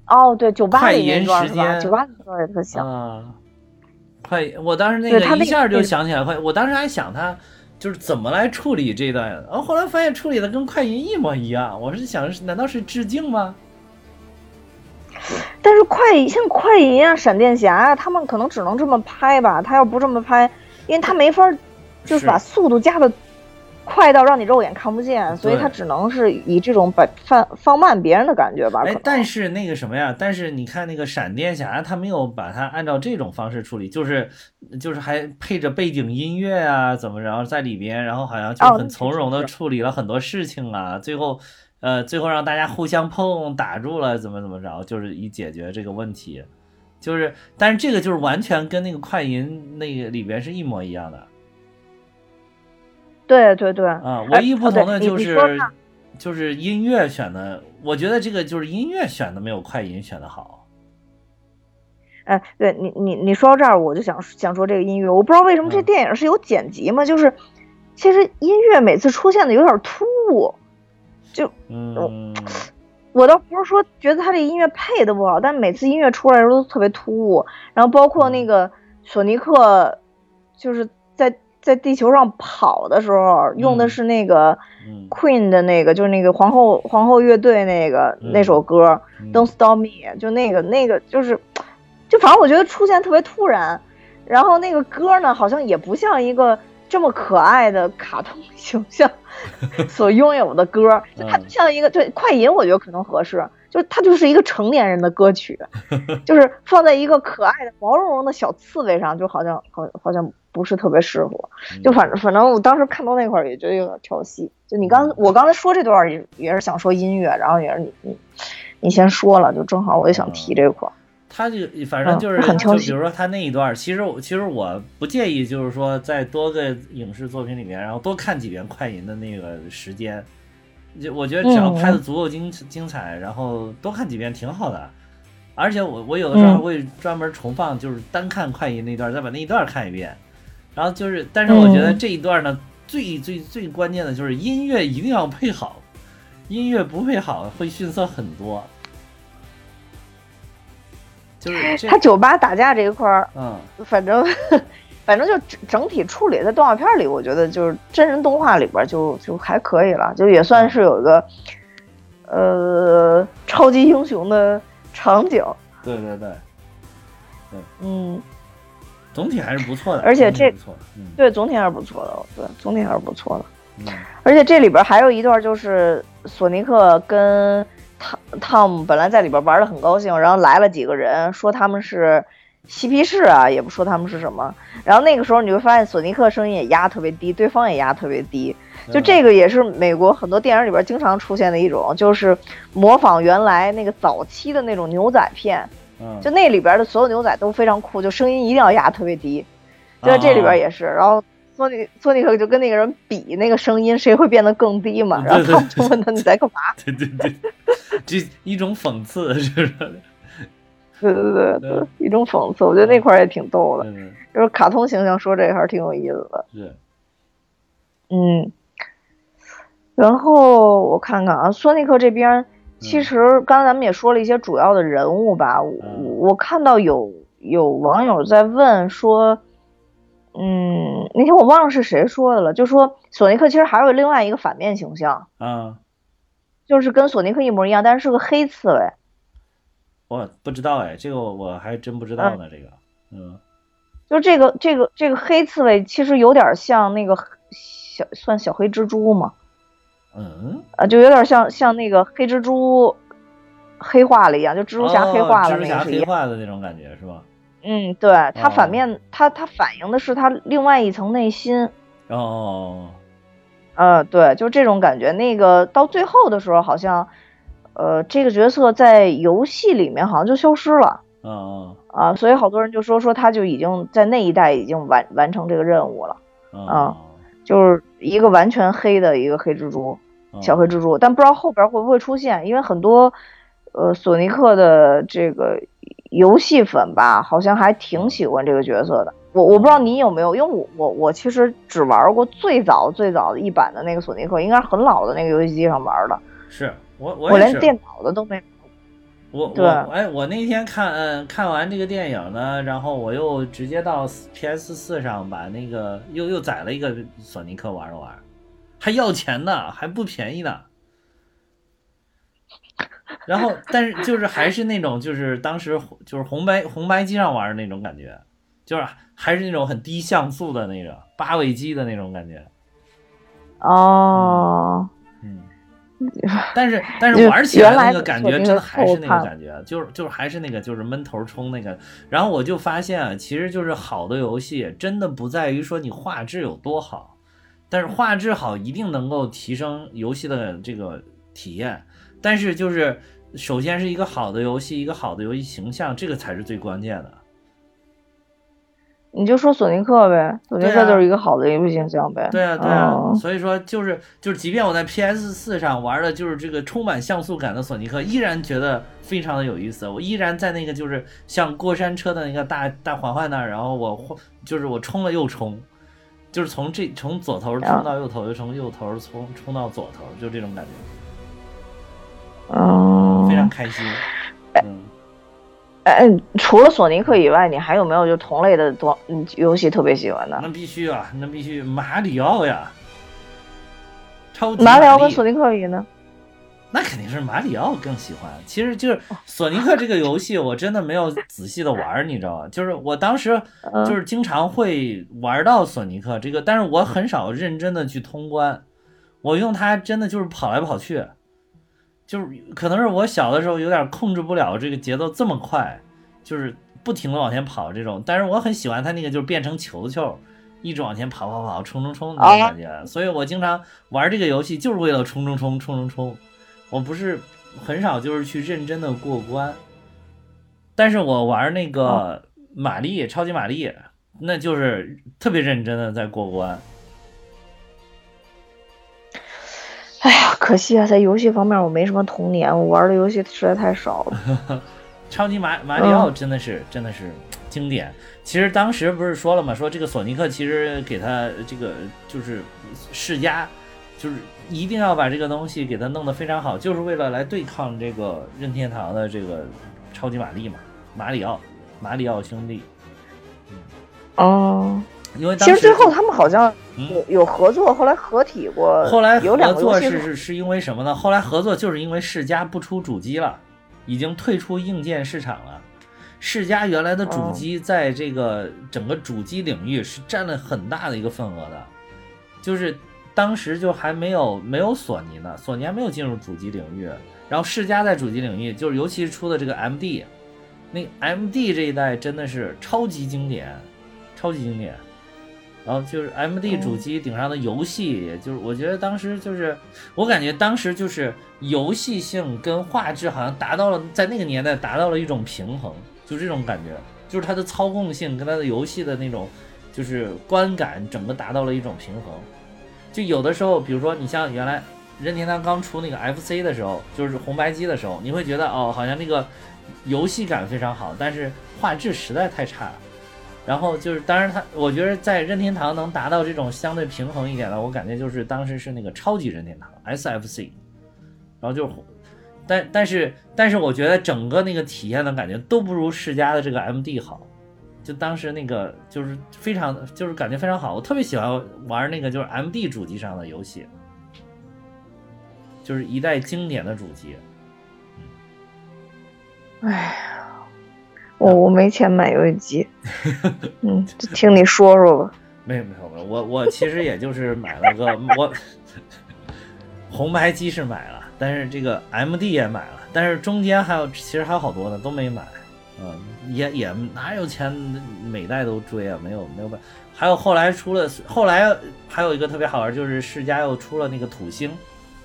[SPEAKER 1] 哦，对，酒吧
[SPEAKER 2] 快
[SPEAKER 1] 里那
[SPEAKER 2] 银
[SPEAKER 1] 段
[SPEAKER 2] 时
[SPEAKER 1] 是吧？
[SPEAKER 2] 间
[SPEAKER 1] 酒吧里那段也特像，
[SPEAKER 2] 啊，快！我当时那
[SPEAKER 1] 对
[SPEAKER 2] 个
[SPEAKER 1] 他那
[SPEAKER 2] 一下
[SPEAKER 1] 个
[SPEAKER 2] 就想起来快，我当时还想他就是怎么来处理这段，然后后来发现处理的跟快银一模一样。我是想，难道是致敬吗？
[SPEAKER 1] 但是快像快银啊、闪电侠啊，他们可能只能这么拍吧。他要不这么拍，因为他没法儿就是把速度加的快到让你肉眼看不见，所以
[SPEAKER 2] 对
[SPEAKER 1] 他只能是以这种把放放慢别人的感觉吧。可
[SPEAKER 2] 哎
[SPEAKER 1] 能，
[SPEAKER 2] 但是那个什么呀，但是你看那个闪电侠，他没有把它按照这种方式处理，就是就是还配着背景音乐啊，怎么着在里边，然后好像就
[SPEAKER 1] 哦
[SPEAKER 2] 很
[SPEAKER 1] 那是
[SPEAKER 2] 从容
[SPEAKER 1] 是
[SPEAKER 2] 的
[SPEAKER 1] 是
[SPEAKER 2] 处理了很多事情啊，最后。呃，最后让大家互相碰打住了，怎么怎么着，就是以解决这个问题，就是，但是这个就是完全跟那个快银那个里边是一模一样的
[SPEAKER 1] 对对对，
[SPEAKER 2] 啊。唯一
[SPEAKER 1] 哎
[SPEAKER 2] 不
[SPEAKER 1] 哦对
[SPEAKER 2] 同的
[SPEAKER 1] 你
[SPEAKER 2] 就
[SPEAKER 1] 你
[SPEAKER 2] 是、
[SPEAKER 1] 说呢
[SPEAKER 2] 就是音乐选的，我觉得这个就是音乐选的没有快银选的好。
[SPEAKER 1] 哎，对你你你说到这儿，我就想想说这个音乐，我不知道为什么这
[SPEAKER 2] 嗯
[SPEAKER 1] 电影是有剪辑嘛，就是其实音乐每次出现的有点突兀。
[SPEAKER 2] 嗯，
[SPEAKER 1] 我倒不是说觉得他这音乐配的不好，但每次音乐出来的时候都特别突兀。然后包括那个索尼克，就是在在地球上跑的时候，用的是那个
[SPEAKER 2] 嗯
[SPEAKER 1] Queen 的那个，就是那个皇后皇后乐队那个
[SPEAKER 2] 嗯
[SPEAKER 1] 那首歌
[SPEAKER 2] 嗯
[SPEAKER 1] ，Don't Stop Me，就那个那个就是，就反正我觉得出现特别突然，然后那个歌呢，好像也不像一个这么可爱的卡通形 象所拥有的歌，就它
[SPEAKER 2] 嗯
[SPEAKER 1] 就像一个对快银，我觉得可能合适，就是它就是一个成年人的歌 曲，就是放在一个可爱的毛茸茸的小刺猬上，就好像好好像不是特别适合。
[SPEAKER 2] 嗯
[SPEAKER 1] 就反正反正我当时看到那块儿也觉得有点调戏。就你刚我刚才说这段儿也也是想说音乐，然后也是你你你先说了，就正好我也想提这块儿。
[SPEAKER 2] 嗯他就反正就是、
[SPEAKER 1] 嗯很
[SPEAKER 2] 就
[SPEAKER 1] 挑剔
[SPEAKER 2] 比如说他那一段儿，其实我其实我不介意，就是说在多个影视作品里面，然后多看几遍快银的那个时间，就我觉得只要
[SPEAKER 1] 嗯
[SPEAKER 2] 拍的足够精、精彩，然后多看几遍挺好的。而且我我有的时候
[SPEAKER 1] 嗯
[SPEAKER 2] 会专门重放，就是单看快银那段儿，再把那一段儿看一遍。然后就是，但是我觉得
[SPEAKER 1] 嗯
[SPEAKER 2] 这一段儿呢，最最最关键的就是音乐一定要配好，音乐不配好会逊色很多。就是这
[SPEAKER 1] 哎他酒吧打架这一块儿，
[SPEAKER 2] 嗯，
[SPEAKER 1] 反正反正就整整体处理在动画片儿里，我觉得就是真人动画里边儿就就还可以了，就也算是有一个呃超级英雄的场景。
[SPEAKER 2] 对对对，
[SPEAKER 1] 嗯，
[SPEAKER 2] 总体还是不错的，
[SPEAKER 1] 而且
[SPEAKER 2] 总体
[SPEAKER 1] 这
[SPEAKER 2] 不错，嗯
[SPEAKER 1] 对，总体还是不错的，对，总体还是不错的。
[SPEAKER 2] 嗯
[SPEAKER 1] 而且这里边还有一段就是索尼克跟汤汤姆本来在里边玩的很高兴，然后来了几个人说他们是嬉皮士啊，也不说他们是什么。然后那个时候你会发现索尼克声音也压特别低，对方也压特别低。就
[SPEAKER 2] 嗯
[SPEAKER 1] 这个也是美国很多电影里边经常出现的一种，就是模仿原来那个早期的那种牛仔片，
[SPEAKER 2] 嗯，
[SPEAKER 1] 就那里边的所有牛仔都非常酷，就声音一定要压特别低。
[SPEAKER 2] 啊
[SPEAKER 1] 就这里边也是，然后索尼索尼克就跟那个人比那个声音谁会变得更低嘛，
[SPEAKER 2] 嗯
[SPEAKER 1] 然后
[SPEAKER 2] 对
[SPEAKER 1] 他们
[SPEAKER 2] 对
[SPEAKER 1] 就问他你在干嘛？
[SPEAKER 2] 啊对对对， 这一种讽刺是吧？
[SPEAKER 1] 对对对对
[SPEAKER 2] 嗯
[SPEAKER 1] 对，一种讽刺，我觉得那块儿也挺逗的，
[SPEAKER 2] 嗯
[SPEAKER 1] 就是卡通形象说这个还是挺有意思的，
[SPEAKER 2] 是，
[SPEAKER 1] 嗯。然后我看看啊，索尼克这
[SPEAKER 2] 嗯
[SPEAKER 1] 边其实刚才咱们也说了一些主要的人物吧，我
[SPEAKER 2] 嗯
[SPEAKER 1] 我看到有有网友在问说，嗯，那天我忘了是谁说的了，就说索尼克其实还有另外一个反面形象，
[SPEAKER 2] 啊，
[SPEAKER 1] 就是跟索尼克一模一样，但是是个黑刺猬。
[SPEAKER 2] 我不知道哎，这个我我还真不知道呢，这个，嗯
[SPEAKER 1] 就这个这个这个黑刺猬，其实有点像那个黑小算小黑蜘蛛嘛，
[SPEAKER 2] 嗯，
[SPEAKER 1] 啊，就有点像像那个黑蜘蛛黑化了一样，就蜘蛛侠黑化了
[SPEAKER 2] 哦蜘蛛
[SPEAKER 1] 那
[SPEAKER 2] 侠
[SPEAKER 1] 个是一
[SPEAKER 2] 黑
[SPEAKER 1] 样。
[SPEAKER 2] 化的那种感觉是吧？
[SPEAKER 1] 嗯，对，它
[SPEAKER 2] 哦
[SPEAKER 1] 反面它它反映的是它另外一层内心。
[SPEAKER 2] 哦，
[SPEAKER 1] 呃，对，就这种感觉。那个到最后的时候，好像，呃，这个角色在游戏里面好像就消失了。
[SPEAKER 2] 哦哦
[SPEAKER 1] 啊，所以好多人就说说他就已经在那一代已经完完成这个任务了，
[SPEAKER 2] 哦，
[SPEAKER 1] 就是一个完全黑的一个黑蜘蛛，
[SPEAKER 2] 哦
[SPEAKER 1] 小黑蜘蛛，但不知道后边会不会出现，因为很多，呃，索尼克的这个游戏粉吧，好像还
[SPEAKER 2] 嗯
[SPEAKER 1] 挺喜欢这个角色的。我我不知道你有没有，因为我我我其实只玩过最早最早的一版的那个索尼克，应该是很老的那个游戏机上玩的，
[SPEAKER 2] 是我
[SPEAKER 1] 我
[SPEAKER 2] 我也
[SPEAKER 1] 连
[SPEAKER 2] 是。
[SPEAKER 1] 电脑的都没。
[SPEAKER 2] 我
[SPEAKER 1] 对
[SPEAKER 2] 我哎，我那天看嗯看完这个电影呢，然后我又直接到 PS 四上把那个又又载了一个索尼克玩了玩，还要钱呢，还不便宜呢。然后，但是就是还是那种就是当时就是红白红白机上玩的那种感觉，就是还是那种很低像素的那种八位机的那种感觉，
[SPEAKER 1] 哦，
[SPEAKER 2] 嗯。但是但是
[SPEAKER 1] 就
[SPEAKER 2] 玩起来
[SPEAKER 1] 原来
[SPEAKER 2] 那个
[SPEAKER 1] 的
[SPEAKER 2] 感
[SPEAKER 1] 索
[SPEAKER 2] 觉
[SPEAKER 1] 尼
[SPEAKER 2] 真
[SPEAKER 1] 的
[SPEAKER 2] 的还是
[SPEAKER 1] 后
[SPEAKER 2] 那个
[SPEAKER 1] 怕
[SPEAKER 2] 感觉，啊就是就是还是那个就是闷头冲那个。然后我就发现啊，其实就是好的游戏真的不在于说你画质有多好，但是画质好一定能够提升游戏的这个体验。但是就是首先是一个好的游戏，一个好的游戏形象，这个才是最关键的。
[SPEAKER 1] 你就说索尼克呗，索尼
[SPEAKER 2] 对
[SPEAKER 1] 克
[SPEAKER 2] 啊
[SPEAKER 1] 就是一个好的游戏形象呗。
[SPEAKER 2] 对啊，对啊，
[SPEAKER 1] 嗯
[SPEAKER 2] 所以说就是就是，即便我在 PS 四上玩的就是这个充满像素感的索尼克，依然觉得非常的有意思。我依然在那个就是像过山车的那个大大环环那儿，然后我晃就是我冲了又冲，就是从这从左头冲到右头，又从右头冲冲到左头，就这种感觉，
[SPEAKER 1] 嗯，
[SPEAKER 2] 非常开心。嗯，
[SPEAKER 1] 哎，除了索尼克以外，你还有没有就同类的多嗯游戏特别喜欢的？
[SPEAKER 2] 那必须啊，那必须马里奥呀，超级
[SPEAKER 1] 马里奥
[SPEAKER 2] 力
[SPEAKER 1] 跟索尼克比呢？
[SPEAKER 2] 那肯定是马里奥更喜欢。其实就是索尼克这个游戏，我真的没有仔细的玩儿，你知道吗？就是我当时
[SPEAKER 1] 嗯
[SPEAKER 2] 就是经常会玩到索尼克这个，但是我很少认真的去通关。我用它真的就是跑来跑去，就是可能是我小的时候有点控制不了这个节奏这么快，就是不停的往前跑这种。但是我很喜欢它那个就是变成球球，一直往前跑跑跑冲冲冲那种感觉。所以我经常玩这个游戏就是为了冲冲冲冲冲冲。我不是很少就是去认真的过关，但是我玩那个玛丽、超级玛丽，那就是特别认真的在过关。
[SPEAKER 1] 哎呀，可惜啊，在游戏方面我没什么童年，我玩的游戏实在太少 了。
[SPEAKER 2] 超级马马里奥
[SPEAKER 1] 嗯
[SPEAKER 2] 真的是、真的是经典。其实当时不是说了吗？说这个索尼克其实给他这个就是世家，就是一定要把这个东西给他弄得非常好，就是为了来对抗这个任天堂的这个超级玛丽嘛，马里奥，马里奥兄弟。
[SPEAKER 1] 哦，
[SPEAKER 2] 因为当
[SPEAKER 1] 其
[SPEAKER 2] 时
[SPEAKER 1] 实最后他们好像
[SPEAKER 2] 嗯
[SPEAKER 1] 有有合作，后来合体过，
[SPEAKER 2] 后来
[SPEAKER 1] 有两
[SPEAKER 2] 合
[SPEAKER 1] 个游
[SPEAKER 2] 作
[SPEAKER 1] 戏
[SPEAKER 2] 是是是因为什么呢？后来合作就是因为世嘉不出主机了，已经退出硬件市场了。世嘉原来的主
[SPEAKER 1] 哦
[SPEAKER 2] 机在这个整个主机领域是占了很大的一个份额的，就是当时就还没有没有索尼呢，索尼还没有进入主机领域，然后世嘉在主机领域就是尤其是出的这个 MD，那 MD 这一代真的是超级经典，超级经典。然后就是 MD
[SPEAKER 1] 嗯
[SPEAKER 2] 主机顶上的游戏，也就是我觉得当时就是，我感觉当时就是游戏性跟画质好像达到了在那个年代达到了一种平衡，就这种感觉，就是它的操控性跟它的游戏的那种就是观感，整个达到了一种平衡。就有的时候，比如说你像原来任天堂刚出那个 FC 的时候，就是红白机的时候，你会觉得哦，好像那个游戏感非常好，但是画质实在太差了。然后就是，当然它，我觉得在任天堂能达到这种相对平衡一点的，我感觉就是当时是那个超级任天堂 SFC，然后就，但但是但是我觉得整个那个体验的感觉都不如世嘉的这个 MD 好，就当时那个就是非常就是感觉非常好，我特别喜欢玩那个就是 MD 主机上的游戏，就是一代经典的主机，
[SPEAKER 1] 我我没钱买游戏 机，嗯，就听你说说吧。
[SPEAKER 2] 没有没有没有，我我其实也就是买了个我红白机是买了，但是这个 MD 也买了，但是中间还有其实还有好多呢都没买，嗯，也也哪有钱每代都追啊，没有没有办，还有后来出了后来还有一个特别好玩就是世嘉又出了那个土星。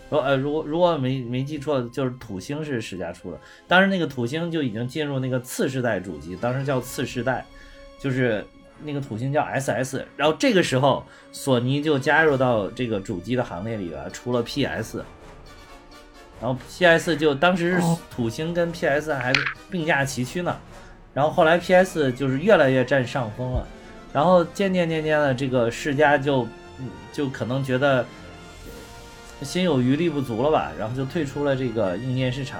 [SPEAKER 2] 如呃，如果如果没没记错，就是土星是世嘉出的，当时那个土星就已经进入那个次世代主机，当时叫次世代，就是那个土星叫 SS，然后这个时候索尼就加入到这个主机的行列里了，出了 PS，然后 PS 就当时是
[SPEAKER 1] 哦
[SPEAKER 2] 土星跟 PS 还并驾齐驱呢，然后后来 PS 就是越来越占上风了，然后渐渐渐渐的这个世嘉就嗯就可能觉得心有余力不足了吧，然后就退出了这个硬件市场。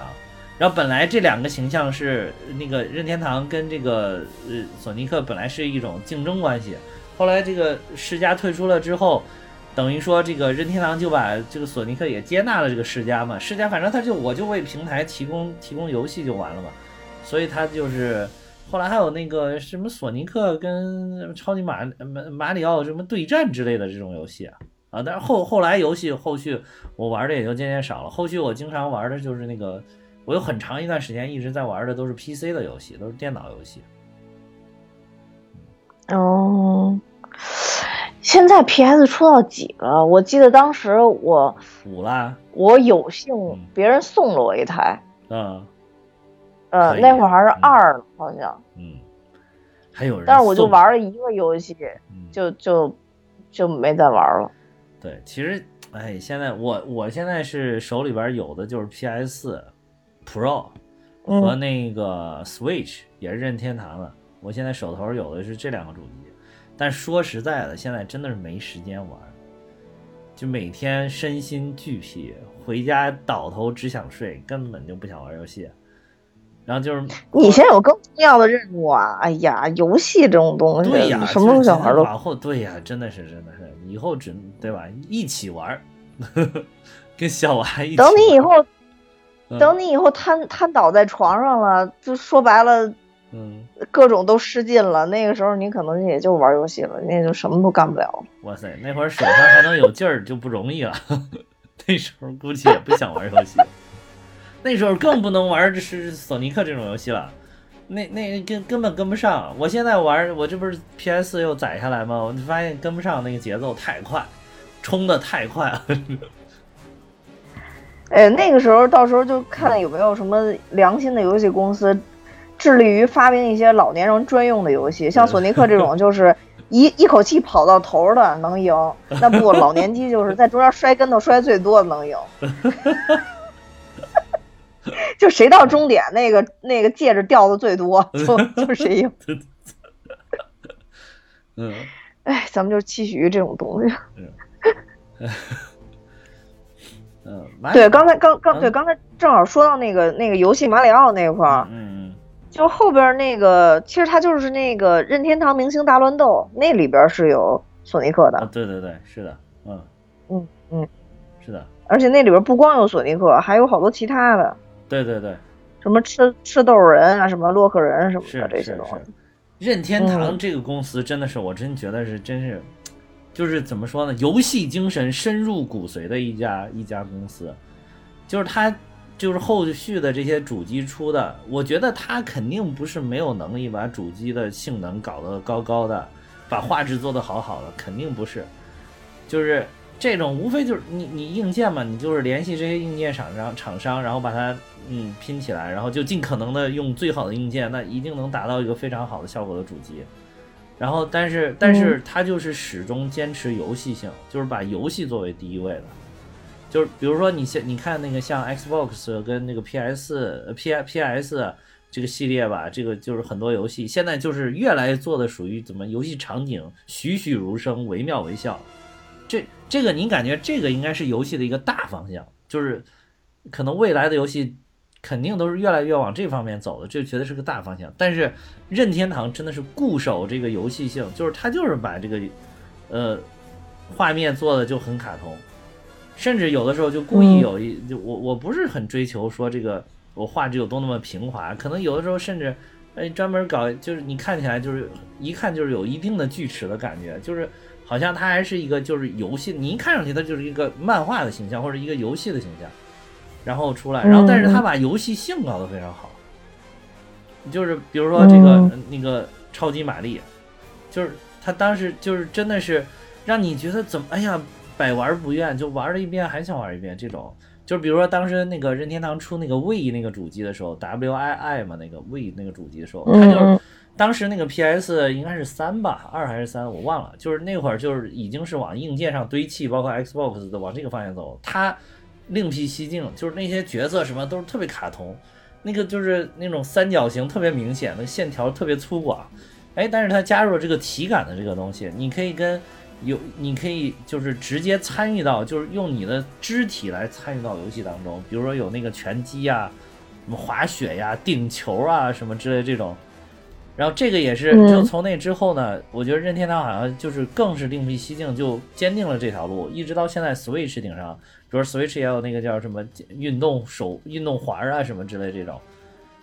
[SPEAKER 2] 然后本来这两个形象是呃那个任天堂跟这个呃索尼克本来是一种竞争关系，后来这个世嘉退出了之后，等于说这个任天堂就把这个索尼克也接纳了这个世嘉嘛，世嘉反正他就我就为平台提供提供游戏就完了嘛，所以他就是后来还有那个什么索尼克跟超级马马马里奥什么对战之类的这种游戏啊。啊，但是后后来游戏后续我玩的也就渐渐少了。后续我经常玩的就是那个，我有很长一段时间一直在玩的都是 PC 的游戏，都是电脑游戏。
[SPEAKER 1] 哦，现在 PS 出到几了？我记得当时我
[SPEAKER 2] 五啦，
[SPEAKER 1] 我有幸
[SPEAKER 2] 嗯
[SPEAKER 1] 别人送了我一台，
[SPEAKER 2] 嗯
[SPEAKER 1] 呃，
[SPEAKER 2] 可以
[SPEAKER 1] 那会儿还是
[SPEAKER 2] 嗯
[SPEAKER 1] 二了好像，
[SPEAKER 2] 嗯，还有人，
[SPEAKER 1] 但是我就，玩了一个游戏，
[SPEAKER 2] 嗯、
[SPEAKER 1] 就就就没再玩了。
[SPEAKER 2] 对，其实哎，现在我我现在是手里边有的就是 PS 四 Pro 和
[SPEAKER 1] 嗯，
[SPEAKER 2] 那个 Switch 也是任天堂的，我现在手头有的是这两个主机，但说实在的，现在真的是没时间玩，就每天身心俱疲，回家倒头只想睡，根本就不想玩游戏。然后就是
[SPEAKER 1] 你现在有更重要的任务啊！哎呀，游戏这种东西，
[SPEAKER 2] 对呀，
[SPEAKER 1] 什么
[SPEAKER 2] 就是
[SPEAKER 1] 小孩都
[SPEAKER 2] 往后对呀，真的是真的是，以后只对吧？一起玩儿， 跟小娃一起玩儿。
[SPEAKER 1] 等你以后，
[SPEAKER 2] 嗯
[SPEAKER 1] 等你以后瘫瘫倒在床上了，就说白了，
[SPEAKER 2] 嗯，
[SPEAKER 1] 各种都失禁了。那个时候你可能也就玩游戏了，那就什么都干不了了。
[SPEAKER 2] 哇塞，那会儿手上还能有劲儿就不容易了， 那时候估计也不想玩游戏，那时候更不能玩就是索尼克这种游戏了，那那根根本跟不上。我现在玩，我这不是 PS 又载下来吗？我就发现跟不上那个节奏，太快，冲的太快了。
[SPEAKER 1] 哎，那个时候到时候就看有没有什么良心的游戏公司，致力于发明一些老年人专用的游戏，像索尼克这种就是一一口气跑到头儿的能赢，那不老年机就是在中间摔跟头摔最多的能赢， 就谁到终点那个那个戒指掉的最多，就就谁赢。
[SPEAKER 2] 嗯，
[SPEAKER 1] 哎，咱们就是期许这种东西。
[SPEAKER 2] 嗯，马里
[SPEAKER 1] 对，刚才刚刚
[SPEAKER 2] 嗯
[SPEAKER 1] 对刚才正好说到那个那个游戏马里奥那块儿。
[SPEAKER 2] 嗯
[SPEAKER 1] 就后边那个，其实它就是那个任天堂明星大乱斗，那里边是有索尼克
[SPEAKER 2] 嗯，啊，
[SPEAKER 1] 的，
[SPEAKER 2] 对对对，是的，嗯
[SPEAKER 1] 嗯嗯，
[SPEAKER 2] 是的，
[SPEAKER 1] 而且那里边不光有索尼克，还有好多其他的，
[SPEAKER 2] 对对对，
[SPEAKER 1] 什么吃吃豆人啊，什么洛克人什么
[SPEAKER 2] 是
[SPEAKER 1] 的这
[SPEAKER 2] 是
[SPEAKER 1] 些
[SPEAKER 2] 是
[SPEAKER 1] 东西。，
[SPEAKER 2] 任天堂
[SPEAKER 1] 嗯
[SPEAKER 2] 这个公司真的是，我真觉得是，真是，就是怎么说呢，游戏精神深入骨髓的一家一家公司。就是它，就是后续的这些主机出的，我觉得它肯定不是没有能力把主机的性能搞得高高的，把画质做得好好的，肯定不是。就是这种无非就是你你硬件嘛，你就是联系这些硬件厂商厂商，然后把它嗯拼起来，然后就尽可能的用最好的硬件，那一定能达到一个非常好的效果的主机。然后，但是但是它就是始终坚持游戏性，就是把游戏作为第一位的。就是比如说你像你看那个像 Xbox 跟那个 PS P P S 这个系列吧，这个就是很多游戏现在就是越来越做的属于怎么游戏场景栩栩如生、惟妙惟肖。这这个您感觉这个应该是游戏的一个大方向，就是可能未来的游戏肯定都是越来越往这方面走的，这绝对是个大方向。但是任天堂真的是固守这个游戏性，就是它就是把这个呃画面做的就很卡通，甚至有的时候就故意
[SPEAKER 1] 嗯
[SPEAKER 2] 有一、就我我不是很追求说这个我画质有多那么平滑，可能有的时候甚至。哎，专门搞就是你看起来就是一看就是有一定的锯齿的感觉，就是好像它还是一个就是游戏，你一看上去它就是一个漫画的形象或者一个游戏的形象，然后出来，然后但是它把游戏性搞得非常好，就是比如说这个、
[SPEAKER 1] 嗯
[SPEAKER 2] 那个超级玛丽，就是他当时就是真的是让你觉得怎么哎呀百玩不厌，就玩了一遍还想玩一遍这种。就是比如说当时那个任天堂出那个 Wii 那个主机的时候，W I I 嘛，那个 Wii 那个主机的时候，它
[SPEAKER 1] 嗯
[SPEAKER 2] 就是
[SPEAKER 1] 嗯
[SPEAKER 2] 当时那个 PS 应该是三吧，二还是三，我忘了。就是那会儿就是已经是往硬件上堆砌，包括 Xbox 的往这个方向走。它另辟蹊径，就是那些角色什么都是特别卡通，那个就是那种三角形特别明显，那线条特别粗犷。哎，但是它加入了这个体感的这个东西，你可以跟有，你可以就是直接参与到，就是用你的肢体来参与到游戏当中。比如说有那个拳击呀、什么滑雪呀、顶球啊什么之类这种。然后这个也是，
[SPEAKER 1] 嗯
[SPEAKER 2] 就从那之后呢，我觉得任天堂好像就是更是另辟蹊径，就坚定了这条路，一直到现在 Switch 顶上，比如 Switch 也有那个叫什么运动手、运动环儿啊什么之类这种，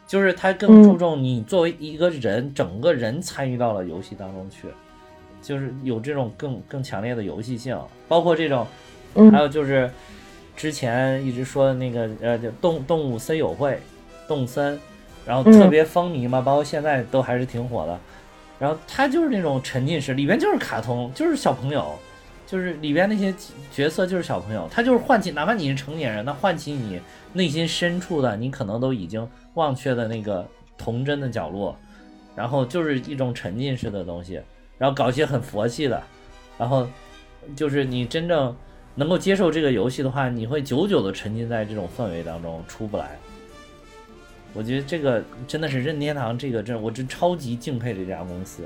[SPEAKER 2] 就是它更
[SPEAKER 1] 嗯
[SPEAKER 2] 注重你作为一个人，整个人参与到了游戏当中去，就是有这种更更强烈的游戏性，包括这种，
[SPEAKER 1] 嗯
[SPEAKER 2] 还有就是之前一直说的那个呃就动动物森友会，动森，然后特别风靡嘛，包括现在都还是挺火的。然后它就是那种沉浸式，里边就是卡通，就是小朋友，就是里边那些角色就是小朋友，他就是唤起，哪怕你是成年人，那唤起你内心深处的，你可能都已经忘却的那个童真的角落，然后就是一种沉浸式的东西，然后搞一些很佛系的，然后就是你真正能够接受这个游戏的话，你会久久的沉浸在这种氛围当中出不来。我觉得这个真的是任天堂这个真，我真超级敬佩这家公司。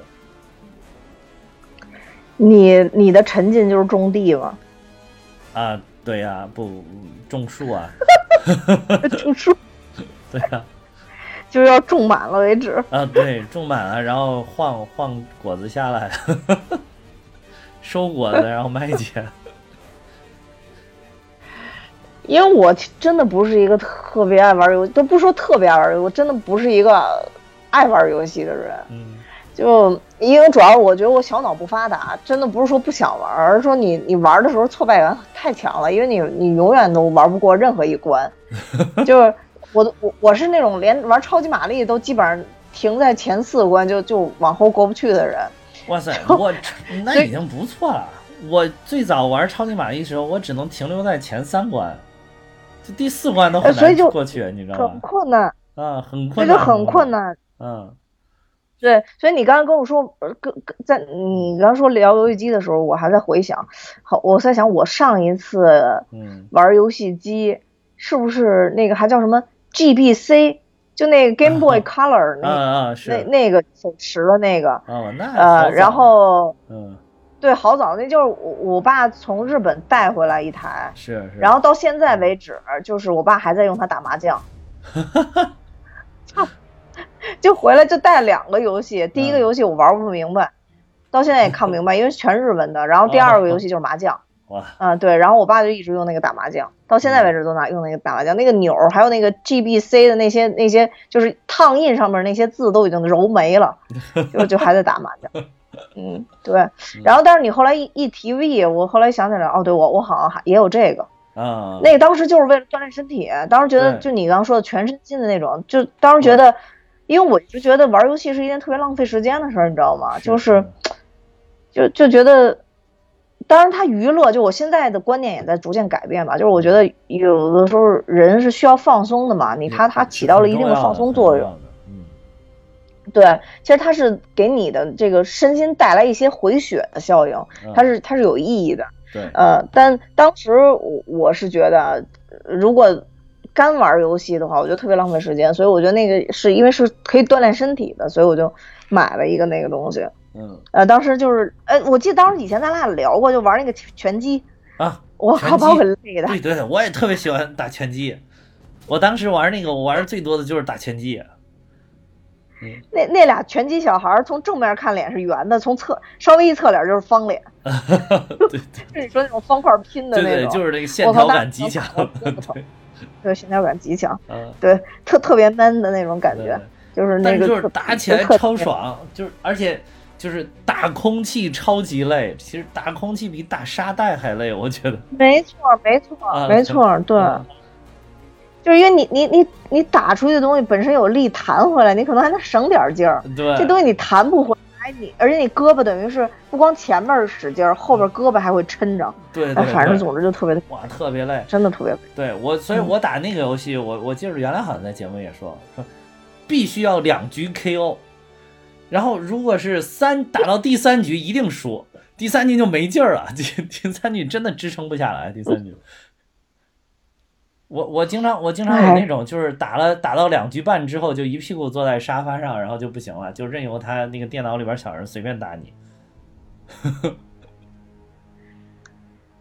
[SPEAKER 1] 你你的沉浸就是种地嘛，
[SPEAKER 2] 啊，对 呀、不种树啊，
[SPEAKER 1] 种树。
[SPEAKER 2] 啊对呀、
[SPEAKER 1] 就要种满了为止。
[SPEAKER 2] 啊，对，种满了，然后晃晃果子下来， 收果子，然后卖去。
[SPEAKER 1] 因为我真的不是一个特别爱玩游戏，都不说特别爱玩游戏，我真的不是一个爱玩游戏的人。
[SPEAKER 2] 嗯
[SPEAKER 1] 就因为主要我觉得我小脑不发达，真的不是说不想玩，而是说你你玩的时候挫败感太强了，因为你你永远都玩不过任何一 关。就是我我我是那种连玩超级玛丽都基本上停在前四关就就往后过不去的人。
[SPEAKER 2] 哇塞，我那已经不错了。我最早玩超级玛丽的时候，我只能停留在前三关，就第四关都很
[SPEAKER 1] 呃所以
[SPEAKER 2] 难
[SPEAKER 1] 就
[SPEAKER 2] 过去，你知道
[SPEAKER 1] 很
[SPEAKER 2] 吗？
[SPEAKER 1] 困难，
[SPEAKER 2] 啊，很
[SPEAKER 1] 这
[SPEAKER 2] 困
[SPEAKER 1] 就
[SPEAKER 2] 难，
[SPEAKER 1] 很困。难。
[SPEAKER 2] 嗯
[SPEAKER 1] 对，所以你刚刚跟我说，呃跟跟在你刚说聊游戏机的时候，我还在回想，好，我在想我上一次
[SPEAKER 2] 嗯，
[SPEAKER 1] 玩游戏机是不是那个还叫什么 GBC，就那个 Game Boy Color
[SPEAKER 2] 啊
[SPEAKER 1] 那、
[SPEAKER 2] 啊
[SPEAKER 1] 那
[SPEAKER 2] 是
[SPEAKER 1] 那个手持的那个，
[SPEAKER 2] 啊，那好
[SPEAKER 1] 呃，
[SPEAKER 2] 早
[SPEAKER 1] 然后
[SPEAKER 2] 嗯
[SPEAKER 1] 对，好早，那就是我我爸从日本带回来一台，
[SPEAKER 2] 是是，
[SPEAKER 1] 然后到现在为止，就是我爸还在用它打麻将。 操就回来就带两个游戏，第一个
[SPEAKER 2] 嗯
[SPEAKER 1] 游戏我玩不明白，到现在也看不明白，因为全日文的。然后第二个游戏就是麻将，
[SPEAKER 2] 哇
[SPEAKER 1] 啊、对，然后我爸就一直用那个打麻将，到现在为止都拿用那个打麻将，那个钮儿还有那个 GBC 的那些那些就是烫印上面那些字都已经揉没 了，就就还在打麻将。嗯，对。然后但是你后来一一提 V，我后来想起来，哦，对我我好像还也有这个，
[SPEAKER 2] 啊
[SPEAKER 1] 那个当时就是为了锻炼身体，当时觉得
[SPEAKER 2] 对
[SPEAKER 1] 就你刚刚说的全身心的那种，就当时觉得，因为我一直觉得玩游戏是一件特别浪费时间的事儿，你知道吗？啊就是就就觉得，当然它娱乐，就我现在的观念也在逐渐改变吧，就是我觉得有的时候人是需要放松的嘛，你它它起到了一定的放松作用，。
[SPEAKER 2] 嗯，
[SPEAKER 1] 对，其实它是给你的这个身心带来一些回血的效应，它是它是有意义的。
[SPEAKER 2] 嗯对，
[SPEAKER 1] 呃，但当时我我是觉得，呃如果干玩游戏的话，我觉得特别浪费时间，所以我觉得那个是因为是可以锻炼身体的，所以我就买了一个那个东西。
[SPEAKER 2] 嗯
[SPEAKER 1] 呃，当时就是，呃，我记得当时以前咱俩聊过，就玩那个拳击，
[SPEAKER 2] 啊，
[SPEAKER 1] 我
[SPEAKER 2] 拳
[SPEAKER 1] 靠，把
[SPEAKER 2] 击
[SPEAKER 1] 我给累的。
[SPEAKER 2] 对对，我也特别喜欢打拳击。我当时玩那个，我玩儿最多的就是打拳击。
[SPEAKER 1] 那那俩拳击小孩儿从正面看脸是圆的，从侧稍微一侧脸就是方脸，
[SPEAKER 2] 对对
[SPEAKER 1] 就是你说那种方块拼的
[SPEAKER 2] 对
[SPEAKER 1] 那种，
[SPEAKER 2] 对，就是那个线
[SPEAKER 1] 我靠
[SPEAKER 2] 条
[SPEAKER 1] 那
[SPEAKER 2] 感极强。
[SPEAKER 1] 我靠
[SPEAKER 2] 对，
[SPEAKER 1] 对线条感极强，
[SPEAKER 2] 嗯，
[SPEAKER 1] 对，特特别 man 的那种感
[SPEAKER 2] 对
[SPEAKER 1] 觉
[SPEAKER 2] 对，。
[SPEAKER 1] 就是那
[SPEAKER 2] 但是
[SPEAKER 1] 个
[SPEAKER 2] 就是
[SPEAKER 1] 特
[SPEAKER 2] 打起来
[SPEAKER 1] 特
[SPEAKER 2] 超爽，就是而且就是打空气超级累，其实打空气比打沙袋还累，我觉得。
[SPEAKER 1] 没错，没错，
[SPEAKER 2] 啊
[SPEAKER 1] 没错，对，
[SPEAKER 2] 嗯
[SPEAKER 1] 就是因为你你你你打出去的东西本身有力弹回来，你可能还能省点劲儿。
[SPEAKER 2] 对，
[SPEAKER 1] 这东西你弹不回来，你而且你胳膊等于是不光前面使劲儿，后边胳膊还会抻着。
[SPEAKER 2] 嗯对
[SPEAKER 1] 哎，
[SPEAKER 2] 对，
[SPEAKER 1] 反正
[SPEAKER 2] 对
[SPEAKER 1] 总之就特别，
[SPEAKER 2] 哇，特别累。
[SPEAKER 1] 真的特别累。
[SPEAKER 2] 对我，所以
[SPEAKER 1] 嗯
[SPEAKER 2] 我打那个游戏，我我记得原来好像在节目也说说，必须要两局 KO，然后如果是三打到第三局一定输，第三局就没劲儿了，第 第三局真的支撑不下来，第三局。我我经常我经常有那种就是打了打到两局半之后就一屁股坐在沙发上，然后就不行了，就任由他那个电脑里边小人随便打你。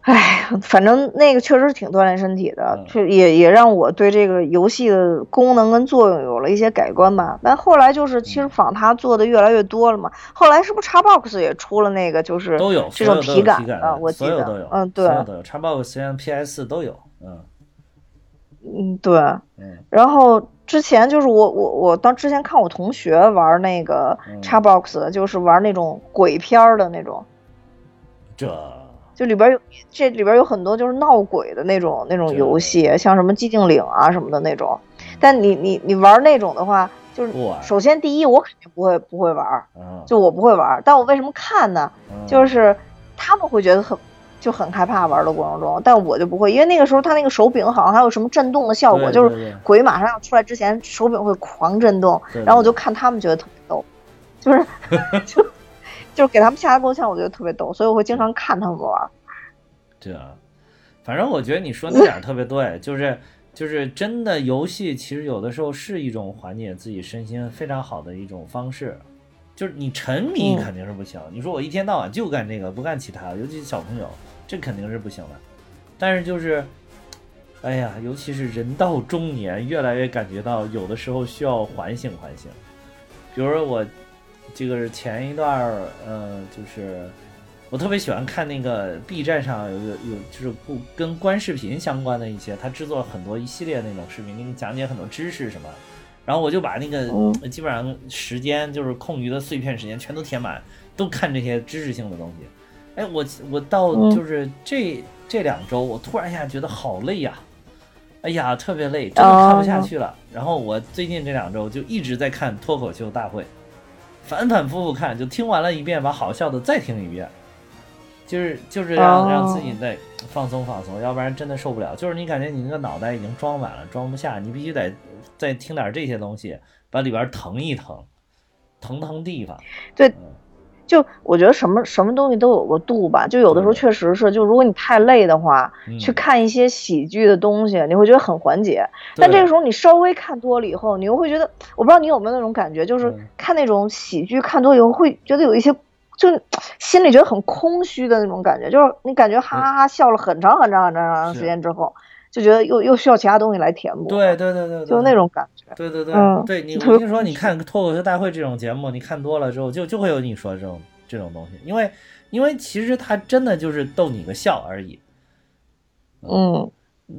[SPEAKER 1] 哎，反正那个确实挺锻炼身体的
[SPEAKER 2] 嗯，
[SPEAKER 1] 就也也让我对这个游戏的功能跟作用有了一些改观吧。但后来就是，其实
[SPEAKER 2] 嗯
[SPEAKER 1] 仿它做的越来越多了嘛。后来是不是 Xbox 也出了那个就是
[SPEAKER 2] 都有
[SPEAKER 1] 这种
[SPEAKER 2] 所有都有
[SPEAKER 1] 感
[SPEAKER 2] 体感
[SPEAKER 1] 的？我记
[SPEAKER 2] 所有
[SPEAKER 1] 得
[SPEAKER 2] 都有，，
[SPEAKER 1] 嗯，对
[SPEAKER 2] 所，有都有，Xbox 跟 PS 都有，嗯
[SPEAKER 1] 嗯，对。
[SPEAKER 2] 嗯
[SPEAKER 1] 然后之前就是我我我当之前看我同学玩那个
[SPEAKER 2] 嗯
[SPEAKER 1] Xbox，就是玩那种鬼片儿的那种，
[SPEAKER 2] 这。
[SPEAKER 1] 就里边有这里边有很多就是闹鬼的那种那种
[SPEAKER 2] 对
[SPEAKER 1] 游戏，像什么寂静岭啊什么的那种。但你你你玩那种的话，就是
[SPEAKER 2] 不玩
[SPEAKER 1] 首先第一我肯定不会不会玩，
[SPEAKER 2] 啊，
[SPEAKER 1] 就我不会玩。但我为什么看呢？
[SPEAKER 2] 嗯
[SPEAKER 1] 就是他们会觉得很就很害怕玩的过程中，但我就不会，因为那个时候他那个手柄好像还有什么震动的效果，
[SPEAKER 2] 对
[SPEAKER 1] 就
[SPEAKER 2] 对对
[SPEAKER 1] 是鬼马上要出来之前，手柄会狂震动，
[SPEAKER 2] 对对
[SPEAKER 1] 然后我就看他们觉得特别逗，就是 就就是给他们吓得够呛，我觉得特别逗，所以我会经常看他们玩。
[SPEAKER 2] 对啊，反正我觉得你说那点儿特别对，就是就是真的游戏，其实有的时候是一种缓解自己身心非常好的一种方式。就是你沉迷
[SPEAKER 1] 嗯
[SPEAKER 2] 肯定是不行，你说我一天到晚就干这个不干其他的，尤其是小朋友，这肯定是不行的。但是就是哎呀，尤其是人到中年，越来越感觉到有的时候需要缓醒缓醒。比如说我，这个是前一段儿，呃，就是我特别喜欢看那个 B 站上有有有，就是不跟观视频相关的一些，他制作很多一系列那种视频，给你讲解很多知识什么。然后我就把那个
[SPEAKER 1] 嗯
[SPEAKER 2] 基本上时间就是空余的碎片时间全都填满，都看这些知识性的东西。哎，我我到
[SPEAKER 1] 嗯
[SPEAKER 2] 就是这这两周，我突然一下觉得好累呀、哎呀，特别累，真的看不下去
[SPEAKER 1] 哦
[SPEAKER 2] 了。然后我最近这两周就一直在看脱口秀大会，反反复复看，就听完了一遍，把好笑的再听一遍，就是就是让、
[SPEAKER 1] 哦
[SPEAKER 2] 让自己再放松放松，要不然真的受不了。就是你感觉你那个脑袋已经装满了，装不下，你必须得再听点这些东西，把里边腾一腾，腾腾地方。
[SPEAKER 1] 对
[SPEAKER 2] 嗯，
[SPEAKER 1] 就我觉得什么什么东西都有个度吧，就有的时候
[SPEAKER 2] 对
[SPEAKER 1] 确实是，就如果你太累的话，
[SPEAKER 2] 嗯
[SPEAKER 1] 去看一些喜剧的东西，你会觉得很缓解。但
[SPEAKER 2] 对
[SPEAKER 1] 这个时候你稍微看多了以后，你又会觉得，我不知道你有没有那种感觉，就是
[SPEAKER 2] 嗯
[SPEAKER 1] 看那种喜剧看多以后，会觉得有一些，就是心里觉得很空虚的那种感觉，就是你感觉哈哈哈笑了很长很长很长很长
[SPEAKER 2] 嗯是
[SPEAKER 1] 时间之后，就觉得又又需要其他东西来填补，
[SPEAKER 2] 对，对对对，对
[SPEAKER 1] 就那种感觉。
[SPEAKER 2] 对对对，
[SPEAKER 1] 嗯
[SPEAKER 2] 对你，
[SPEAKER 1] 特
[SPEAKER 2] 我
[SPEAKER 1] 别
[SPEAKER 2] 跟你说，
[SPEAKER 1] 空
[SPEAKER 2] 你
[SPEAKER 1] 虚
[SPEAKER 2] 看脱口秀大会这种节目，你看多了之后，就就会有你说这种这种东西，因为因为其实他真的就是逗你个笑而已。
[SPEAKER 1] 嗯，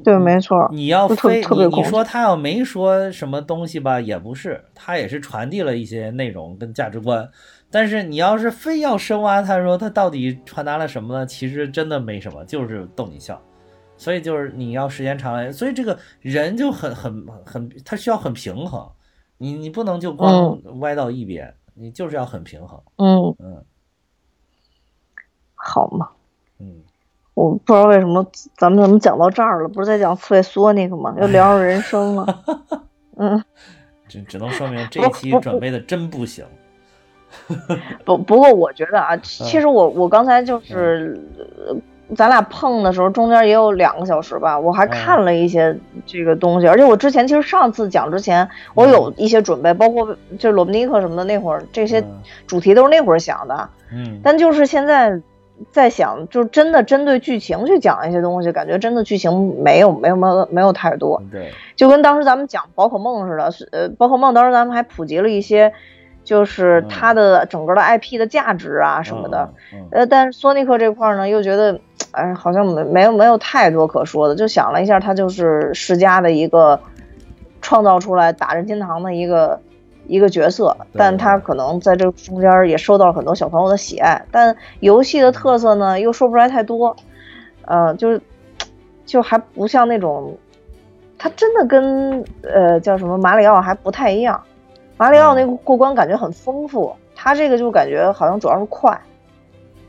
[SPEAKER 1] 对，没错儿。
[SPEAKER 2] 你要
[SPEAKER 1] 啊就特
[SPEAKER 2] 非
[SPEAKER 1] 特
[SPEAKER 2] 你
[SPEAKER 1] 别
[SPEAKER 2] 你
[SPEAKER 1] 空虚
[SPEAKER 2] 说他要没说什么东西吧，也不是，他也是传递了一些内容跟价值观。但是你要是非要深挖他说他到底传达了什么呢？其实真的没什么，就是逗你笑。所以就是你要时间长了，所以这个人就很很很，他需要很平衡。你你不能就光歪到一边，你就是要很平衡。
[SPEAKER 1] 嗯，
[SPEAKER 2] 嗯
[SPEAKER 1] 好嘛。
[SPEAKER 2] 嗯，
[SPEAKER 1] 我不知道为什么咱们怎么讲到这儿了，不是在讲刺猬索尼克吗？又聊上人生
[SPEAKER 2] 哎
[SPEAKER 1] 了。嗯，
[SPEAKER 2] 只只能说明这一期准备的真不行。
[SPEAKER 1] 不不过我觉 得啊，其实我我刚才就是、
[SPEAKER 2] 嗯
[SPEAKER 1] 呃咱俩碰的时候，中间也有两个小时吧，我还
[SPEAKER 2] 嗯
[SPEAKER 1] 看了一些这个东西，而且我之前其实上次讲之前，我
[SPEAKER 2] 嗯
[SPEAKER 1] 有一些准备，包括就罗布尼克什么的那会儿，这些
[SPEAKER 2] 嗯
[SPEAKER 1] 主题都是那会儿想的，
[SPEAKER 2] 嗯，
[SPEAKER 1] 但就是现在。在想，就真的针对剧情去讲一些东西，感觉真的剧情没有没有没有没有太多。
[SPEAKER 2] 对，
[SPEAKER 1] 就跟当时咱们讲宝可梦似的，是呃，宝可梦当时咱们还普及了一些，就是
[SPEAKER 2] 嗯
[SPEAKER 1] 它的整个的 IP 的价值啊什么的。
[SPEAKER 2] 嗯。嗯嗯
[SPEAKER 1] 呃，但是索尼克这块儿呢，又觉得，哎，好像没没有没有太多可说的，就想了一下，它就是世嘉的一个创造出来打任天堂的一个一个角色，
[SPEAKER 2] 对
[SPEAKER 1] 但它可能在这中间也受到了很多小朋友的喜爱，但游戏的特色呢又说不出来太多，呃，就是就还不像那种，它真的跟呃叫什么马里奥还不太一样，马里
[SPEAKER 2] 嗯
[SPEAKER 1] 奥那个过关感觉很丰富，它这个就感觉好像主要是快。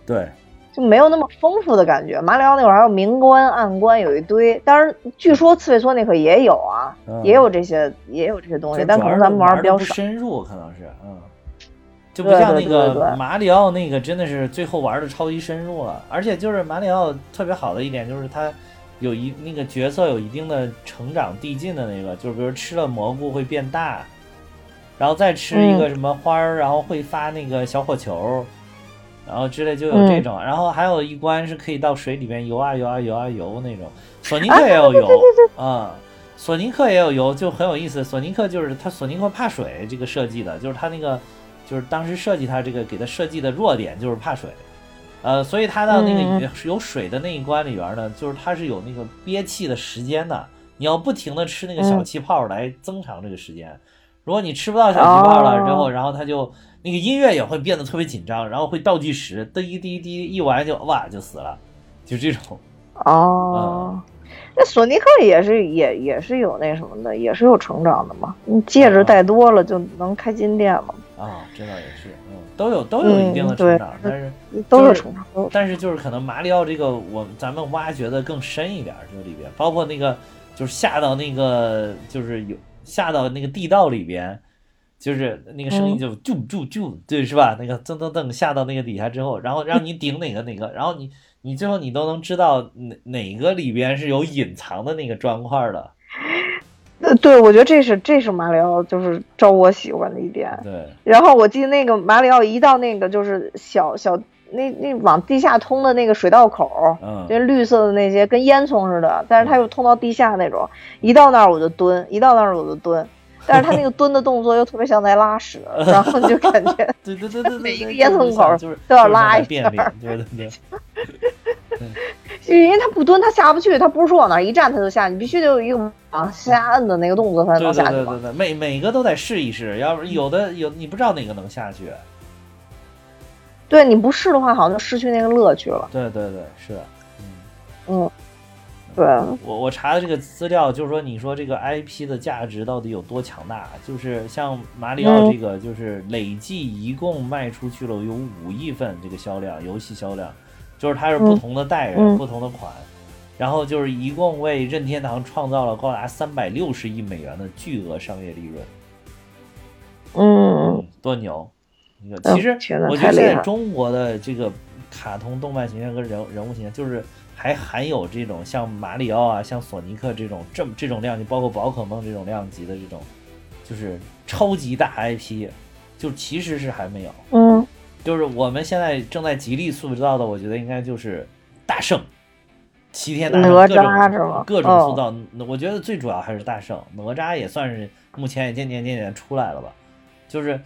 [SPEAKER 2] 对，
[SPEAKER 1] 就没有那么丰富的感觉。马里奥那会儿还有明官暗官有一堆，当然据说刺猬索那克也有啊，
[SPEAKER 2] 嗯
[SPEAKER 1] 也有这些也有这些东西
[SPEAKER 2] 就，
[SPEAKER 1] 但
[SPEAKER 2] 主
[SPEAKER 1] 可能
[SPEAKER 2] 要是
[SPEAKER 1] 咱们玩
[SPEAKER 2] 玩
[SPEAKER 1] 的
[SPEAKER 2] 得
[SPEAKER 1] 比较
[SPEAKER 2] 不
[SPEAKER 1] 少。
[SPEAKER 2] 深入，可能是嗯，就不
[SPEAKER 1] 对
[SPEAKER 2] 像
[SPEAKER 1] 对
[SPEAKER 2] 那
[SPEAKER 1] 对对
[SPEAKER 2] 个
[SPEAKER 1] 对
[SPEAKER 2] 马里奥那个真的是最后玩的超级深入了，而且就是马里奥特别好的一点就是他有一那个角色有一定的成长递进的那个，就是比如吃了蘑菇会变大，然后再吃一个
[SPEAKER 1] 嗯
[SPEAKER 2] 什么花儿，然后会发那个小火球。然后之类就有这
[SPEAKER 1] 嗯
[SPEAKER 2] 种，然后还有一关是可以到水里面游啊游啊游啊游那种，索尼克也有游，啊、索尼克也有油，就很有意思。索尼克就是他，索尼克怕水这个设计的，就是他那个，就是当时设计他这个给他设计的弱点就是怕水，呃，所以他到那
[SPEAKER 1] 嗯
[SPEAKER 2] 个有水的那一关里边呢，就是他是有那个憋气的时间的，你要不停的吃那个小
[SPEAKER 1] 嗯
[SPEAKER 2] 气泡来增长这个时间。如果你吃不到小气泡了之后，
[SPEAKER 1] 哦
[SPEAKER 2] 然后他就那个音乐也会变得特别紧张，然后会倒计时，滴滴滴，一完就哇就死了，就这种。
[SPEAKER 1] 哦，那索尼克也是也也是有那什么的，也是有成长的嘛。你戒
[SPEAKER 2] 嗯
[SPEAKER 1] 指戴多了就能开金店嘛，
[SPEAKER 2] 啊，这倒也是，嗯，都有都有一定的
[SPEAKER 1] 嗯对
[SPEAKER 2] 成长，但是
[SPEAKER 1] 都
[SPEAKER 2] 就是
[SPEAKER 1] 有成长，都有
[SPEAKER 2] 但是就是可能马里奥这个我咱们挖掘的更深一点儿，这个里边包括那个就是下到那个就是有下到那个地道里边，就是那个声音
[SPEAKER 1] 嗯
[SPEAKER 2] 就啾啾啾，对，是吧？那个噔噔噔下到那个底下之后，然后让你顶哪个哪个，然后你你最后你都能知道哪哪个里边是有隐藏的那个砖块儿的，
[SPEAKER 1] 呃对，我觉得这是这是马里奥就是招我喜欢的一点。
[SPEAKER 2] 对，
[SPEAKER 1] 然后我记得那个马里奥一到那个就是小小那那往地下通的那个水道口，
[SPEAKER 2] 嗯
[SPEAKER 1] 就绿色的那些跟烟囱似的，但是它又通到地下那种。
[SPEAKER 2] 嗯
[SPEAKER 1] 一到那儿我就蹲，一到那儿我就 蹲，但是它那个蹲的动作又特别像在拉屎，然后就感觉
[SPEAKER 2] 对对对对对，
[SPEAKER 1] 每一个
[SPEAKER 2] 对
[SPEAKER 1] 烟
[SPEAKER 2] 就是
[SPEAKER 1] 囱口
[SPEAKER 2] 想就是
[SPEAKER 1] 都要
[SPEAKER 2] 就是
[SPEAKER 1] 拉
[SPEAKER 2] 想
[SPEAKER 1] 一
[SPEAKER 2] 便
[SPEAKER 1] 下
[SPEAKER 2] 利
[SPEAKER 1] 儿
[SPEAKER 2] 对对对，
[SPEAKER 1] 因为它不蹲它下不去，它不是说往那儿一站它就下，你必须得有一个往下摁的那个动作才
[SPEAKER 2] 对
[SPEAKER 1] 能
[SPEAKER 2] 对
[SPEAKER 1] 下去
[SPEAKER 2] 对
[SPEAKER 1] 嘛
[SPEAKER 2] 对。对，每每个都得试一试，要不有的有你不知道哪个能下去。
[SPEAKER 1] 对你不试的话，好像就失去那个乐趣了。
[SPEAKER 2] 对对对，是的，嗯。
[SPEAKER 1] 嗯，对，
[SPEAKER 2] 我我查的这个资料，就是说，你说这个 IP 的价值到底有多强大？就是像马里奥
[SPEAKER 1] 嗯
[SPEAKER 2] 这个，就是累计一共卖出去了有五亿份这个销量，游戏销量，就是它是不同的代人、
[SPEAKER 1] 嗯
[SPEAKER 2] 不同的款，然后就是一共为任天堂创造了高达三百六十亿美元的巨额商业利润，
[SPEAKER 1] 嗯，
[SPEAKER 2] 多牛！那个
[SPEAKER 1] 嗯
[SPEAKER 2] 其实
[SPEAKER 1] 天哪
[SPEAKER 2] 我觉得
[SPEAKER 1] 太厉
[SPEAKER 2] 现在
[SPEAKER 1] 害了
[SPEAKER 2] 中国的这个卡通动漫形象跟人人物形象，就是还含有这种像马里奥啊、像索尼克这种这么这种量级，包括宝可梦这种量级的这种，就是超级大 IP，就其实是还没有。
[SPEAKER 1] 嗯，
[SPEAKER 2] 就是我们现在正在极力塑造的，我觉得应该就是大圣、齐天大圣
[SPEAKER 1] 嗯哪
[SPEAKER 2] 各种
[SPEAKER 1] 吒是吗
[SPEAKER 2] 各种
[SPEAKER 1] 哦
[SPEAKER 2] 塑造。我觉得最主要还是大圣，哪吒也算是目前也渐渐渐渐出来了吧。就是，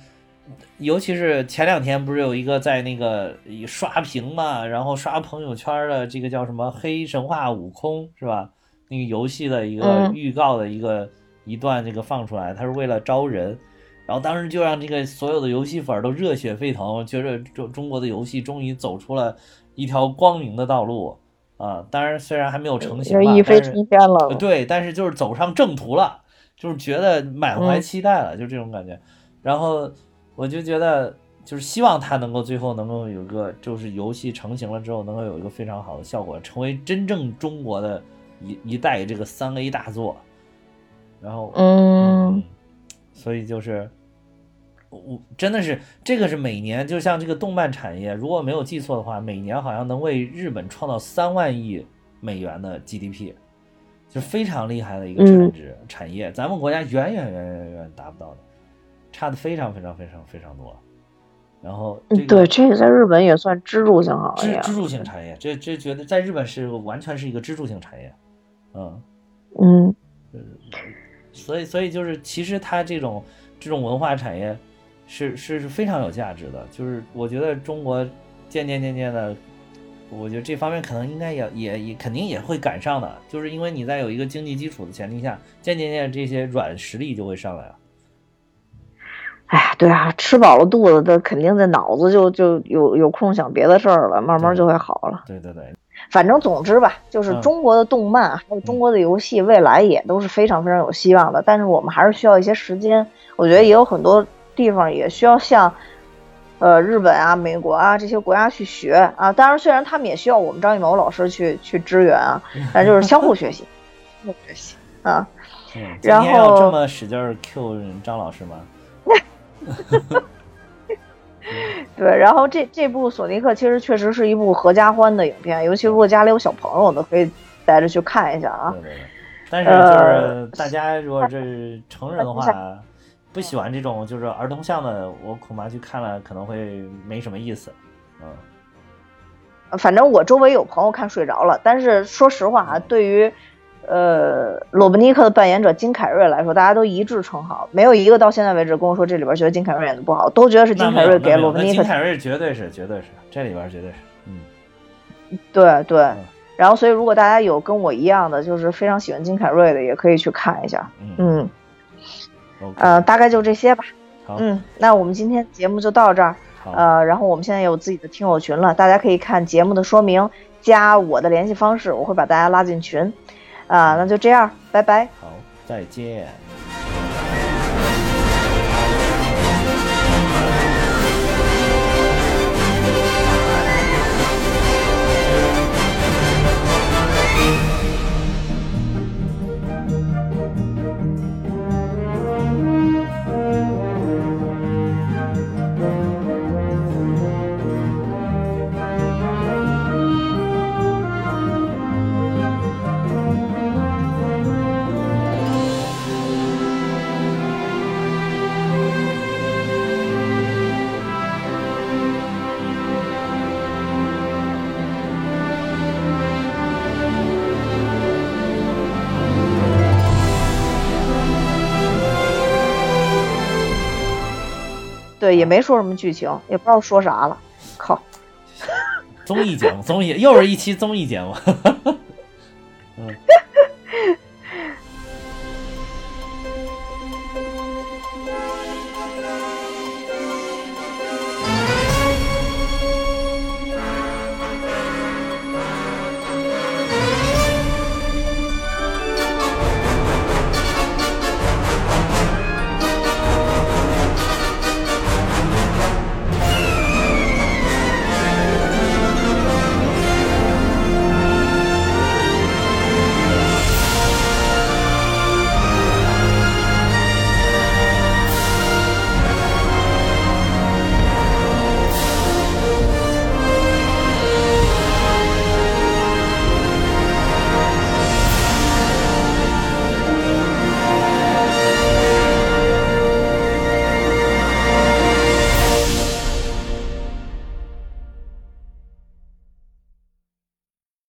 [SPEAKER 2] 尤其是前两天不是有一个在那个刷屏嘛，然后刷朋友圈的这个叫什么《黑神话：悟空》是吧？那个游戏的一个
[SPEAKER 1] 嗯
[SPEAKER 2] 预告的一个、一段这个放出来，它是为了招人，然后当时就让这个所有的游戏粉儿都热血沸腾，觉着中中国的游戏终于走出了一条光明的道路啊！当然，虽然还没有成型
[SPEAKER 1] 就
[SPEAKER 2] 吧，
[SPEAKER 1] 一飞
[SPEAKER 2] 但是
[SPEAKER 1] 冲天了
[SPEAKER 2] 呃。对，但是就是走上正途了，就是觉得满怀
[SPEAKER 1] 嗯
[SPEAKER 2] 期待了，就这种感觉。然后我就觉得，就是希望它能够最后能够有一个，就是游戏成型了之后能够有一个非常好的效果，成为真正中国的一一代这个三 A 大作。然后，
[SPEAKER 1] 嗯，
[SPEAKER 2] 所以就是我真的是这个是每年，就像这个动漫产业，如果没有记错的话，每年好像能为日本创造三万亿美元的 GDP，
[SPEAKER 1] 嗯
[SPEAKER 2] 就非常厉害的一个产值、产业，咱们国家远远远远远达不到的，差的非常非常非常非常多。然后这
[SPEAKER 1] 嗯
[SPEAKER 2] 个
[SPEAKER 1] 对，这个在日本也算支柱性行
[SPEAKER 2] 支
[SPEAKER 1] 业。
[SPEAKER 2] 支柱性产业，这这觉得在日本是完全是一个支柱性产业，嗯。
[SPEAKER 1] 嗯
[SPEAKER 2] 所以，所以就是，其实它这种这种文化产业是是是非常有价值的。就是我觉得中国渐渐渐渐的，我觉得这方面可能应该也也也肯定也会赶上的，就是因为你在有一个经济基础的前提下，渐渐渐这些软实力就会上来了。
[SPEAKER 1] 哎，对啊，吃饱了肚子，这肯定这脑子就就有有空想别的事儿了，慢慢就会好了。
[SPEAKER 2] 对对对，
[SPEAKER 1] 反正总之吧，就是
[SPEAKER 2] 嗯
[SPEAKER 1] 中国的动漫啊还有中国的游戏，未来也都是非常非常有希望的。但是我们还是需要一些时间，我觉得也有很多地方也需要向，呃，日本啊、美国啊这些国家去学啊。当然，虽然他们也需要我们张艺谋老师去去支援啊，但就是相互学习，相互学习啊。
[SPEAKER 2] 嗯，今
[SPEAKER 1] 然
[SPEAKER 2] 天要这
[SPEAKER 1] 后
[SPEAKER 2] 么使劲儿 Q 张老师吗？
[SPEAKER 1] 对，然后这这部《索尼克》其实确实是一部合家欢的影片，尤其如果家里有小朋友的，可以带着去看一下啊。呃
[SPEAKER 2] 对对对。但是就是大家如果是成人的话，不喜欢这种就是儿童向的，我恐怕去看了可能会没什么意思。嗯，
[SPEAKER 1] 反正我周围有朋友看睡着了，但是说实话啊，对于呃罗伯尼克的扮演者金凯瑞来说，大家都一致称好，没有一个到现在为止跟我说这里边觉得金凯瑞演的不好，都觉得是
[SPEAKER 2] 那
[SPEAKER 1] 金
[SPEAKER 2] 没
[SPEAKER 1] 凯
[SPEAKER 2] 有
[SPEAKER 1] 瑞
[SPEAKER 2] 那没
[SPEAKER 1] 给
[SPEAKER 2] 有
[SPEAKER 1] 罗伯
[SPEAKER 2] 那
[SPEAKER 1] 尼
[SPEAKER 2] 金
[SPEAKER 1] 克。
[SPEAKER 2] 凯瑞绝对是，绝对是，这里边绝对是，嗯，
[SPEAKER 1] 对对，然后所以如果大家有跟我一样的，就是非常喜欢金凯瑞的，也可以去看一下。
[SPEAKER 2] 嗯
[SPEAKER 1] 嗯，
[SPEAKER 2] ，OK，
[SPEAKER 1] 呃，大概就这些吧。
[SPEAKER 2] 好，
[SPEAKER 1] 嗯，那我们今天节目就到这儿。
[SPEAKER 2] 好，
[SPEAKER 1] 呃，然后我们现在有自己的听友群了，大家可以看节目的说明，加我的联系方式，我会把大家拉进群。啊、那就这样，拜拜。
[SPEAKER 2] 好，再见。
[SPEAKER 1] 对，也没说什么剧情，也不知道说啥了。靠，
[SPEAKER 2] 综艺节目，综艺又是一期综艺节目。嗯，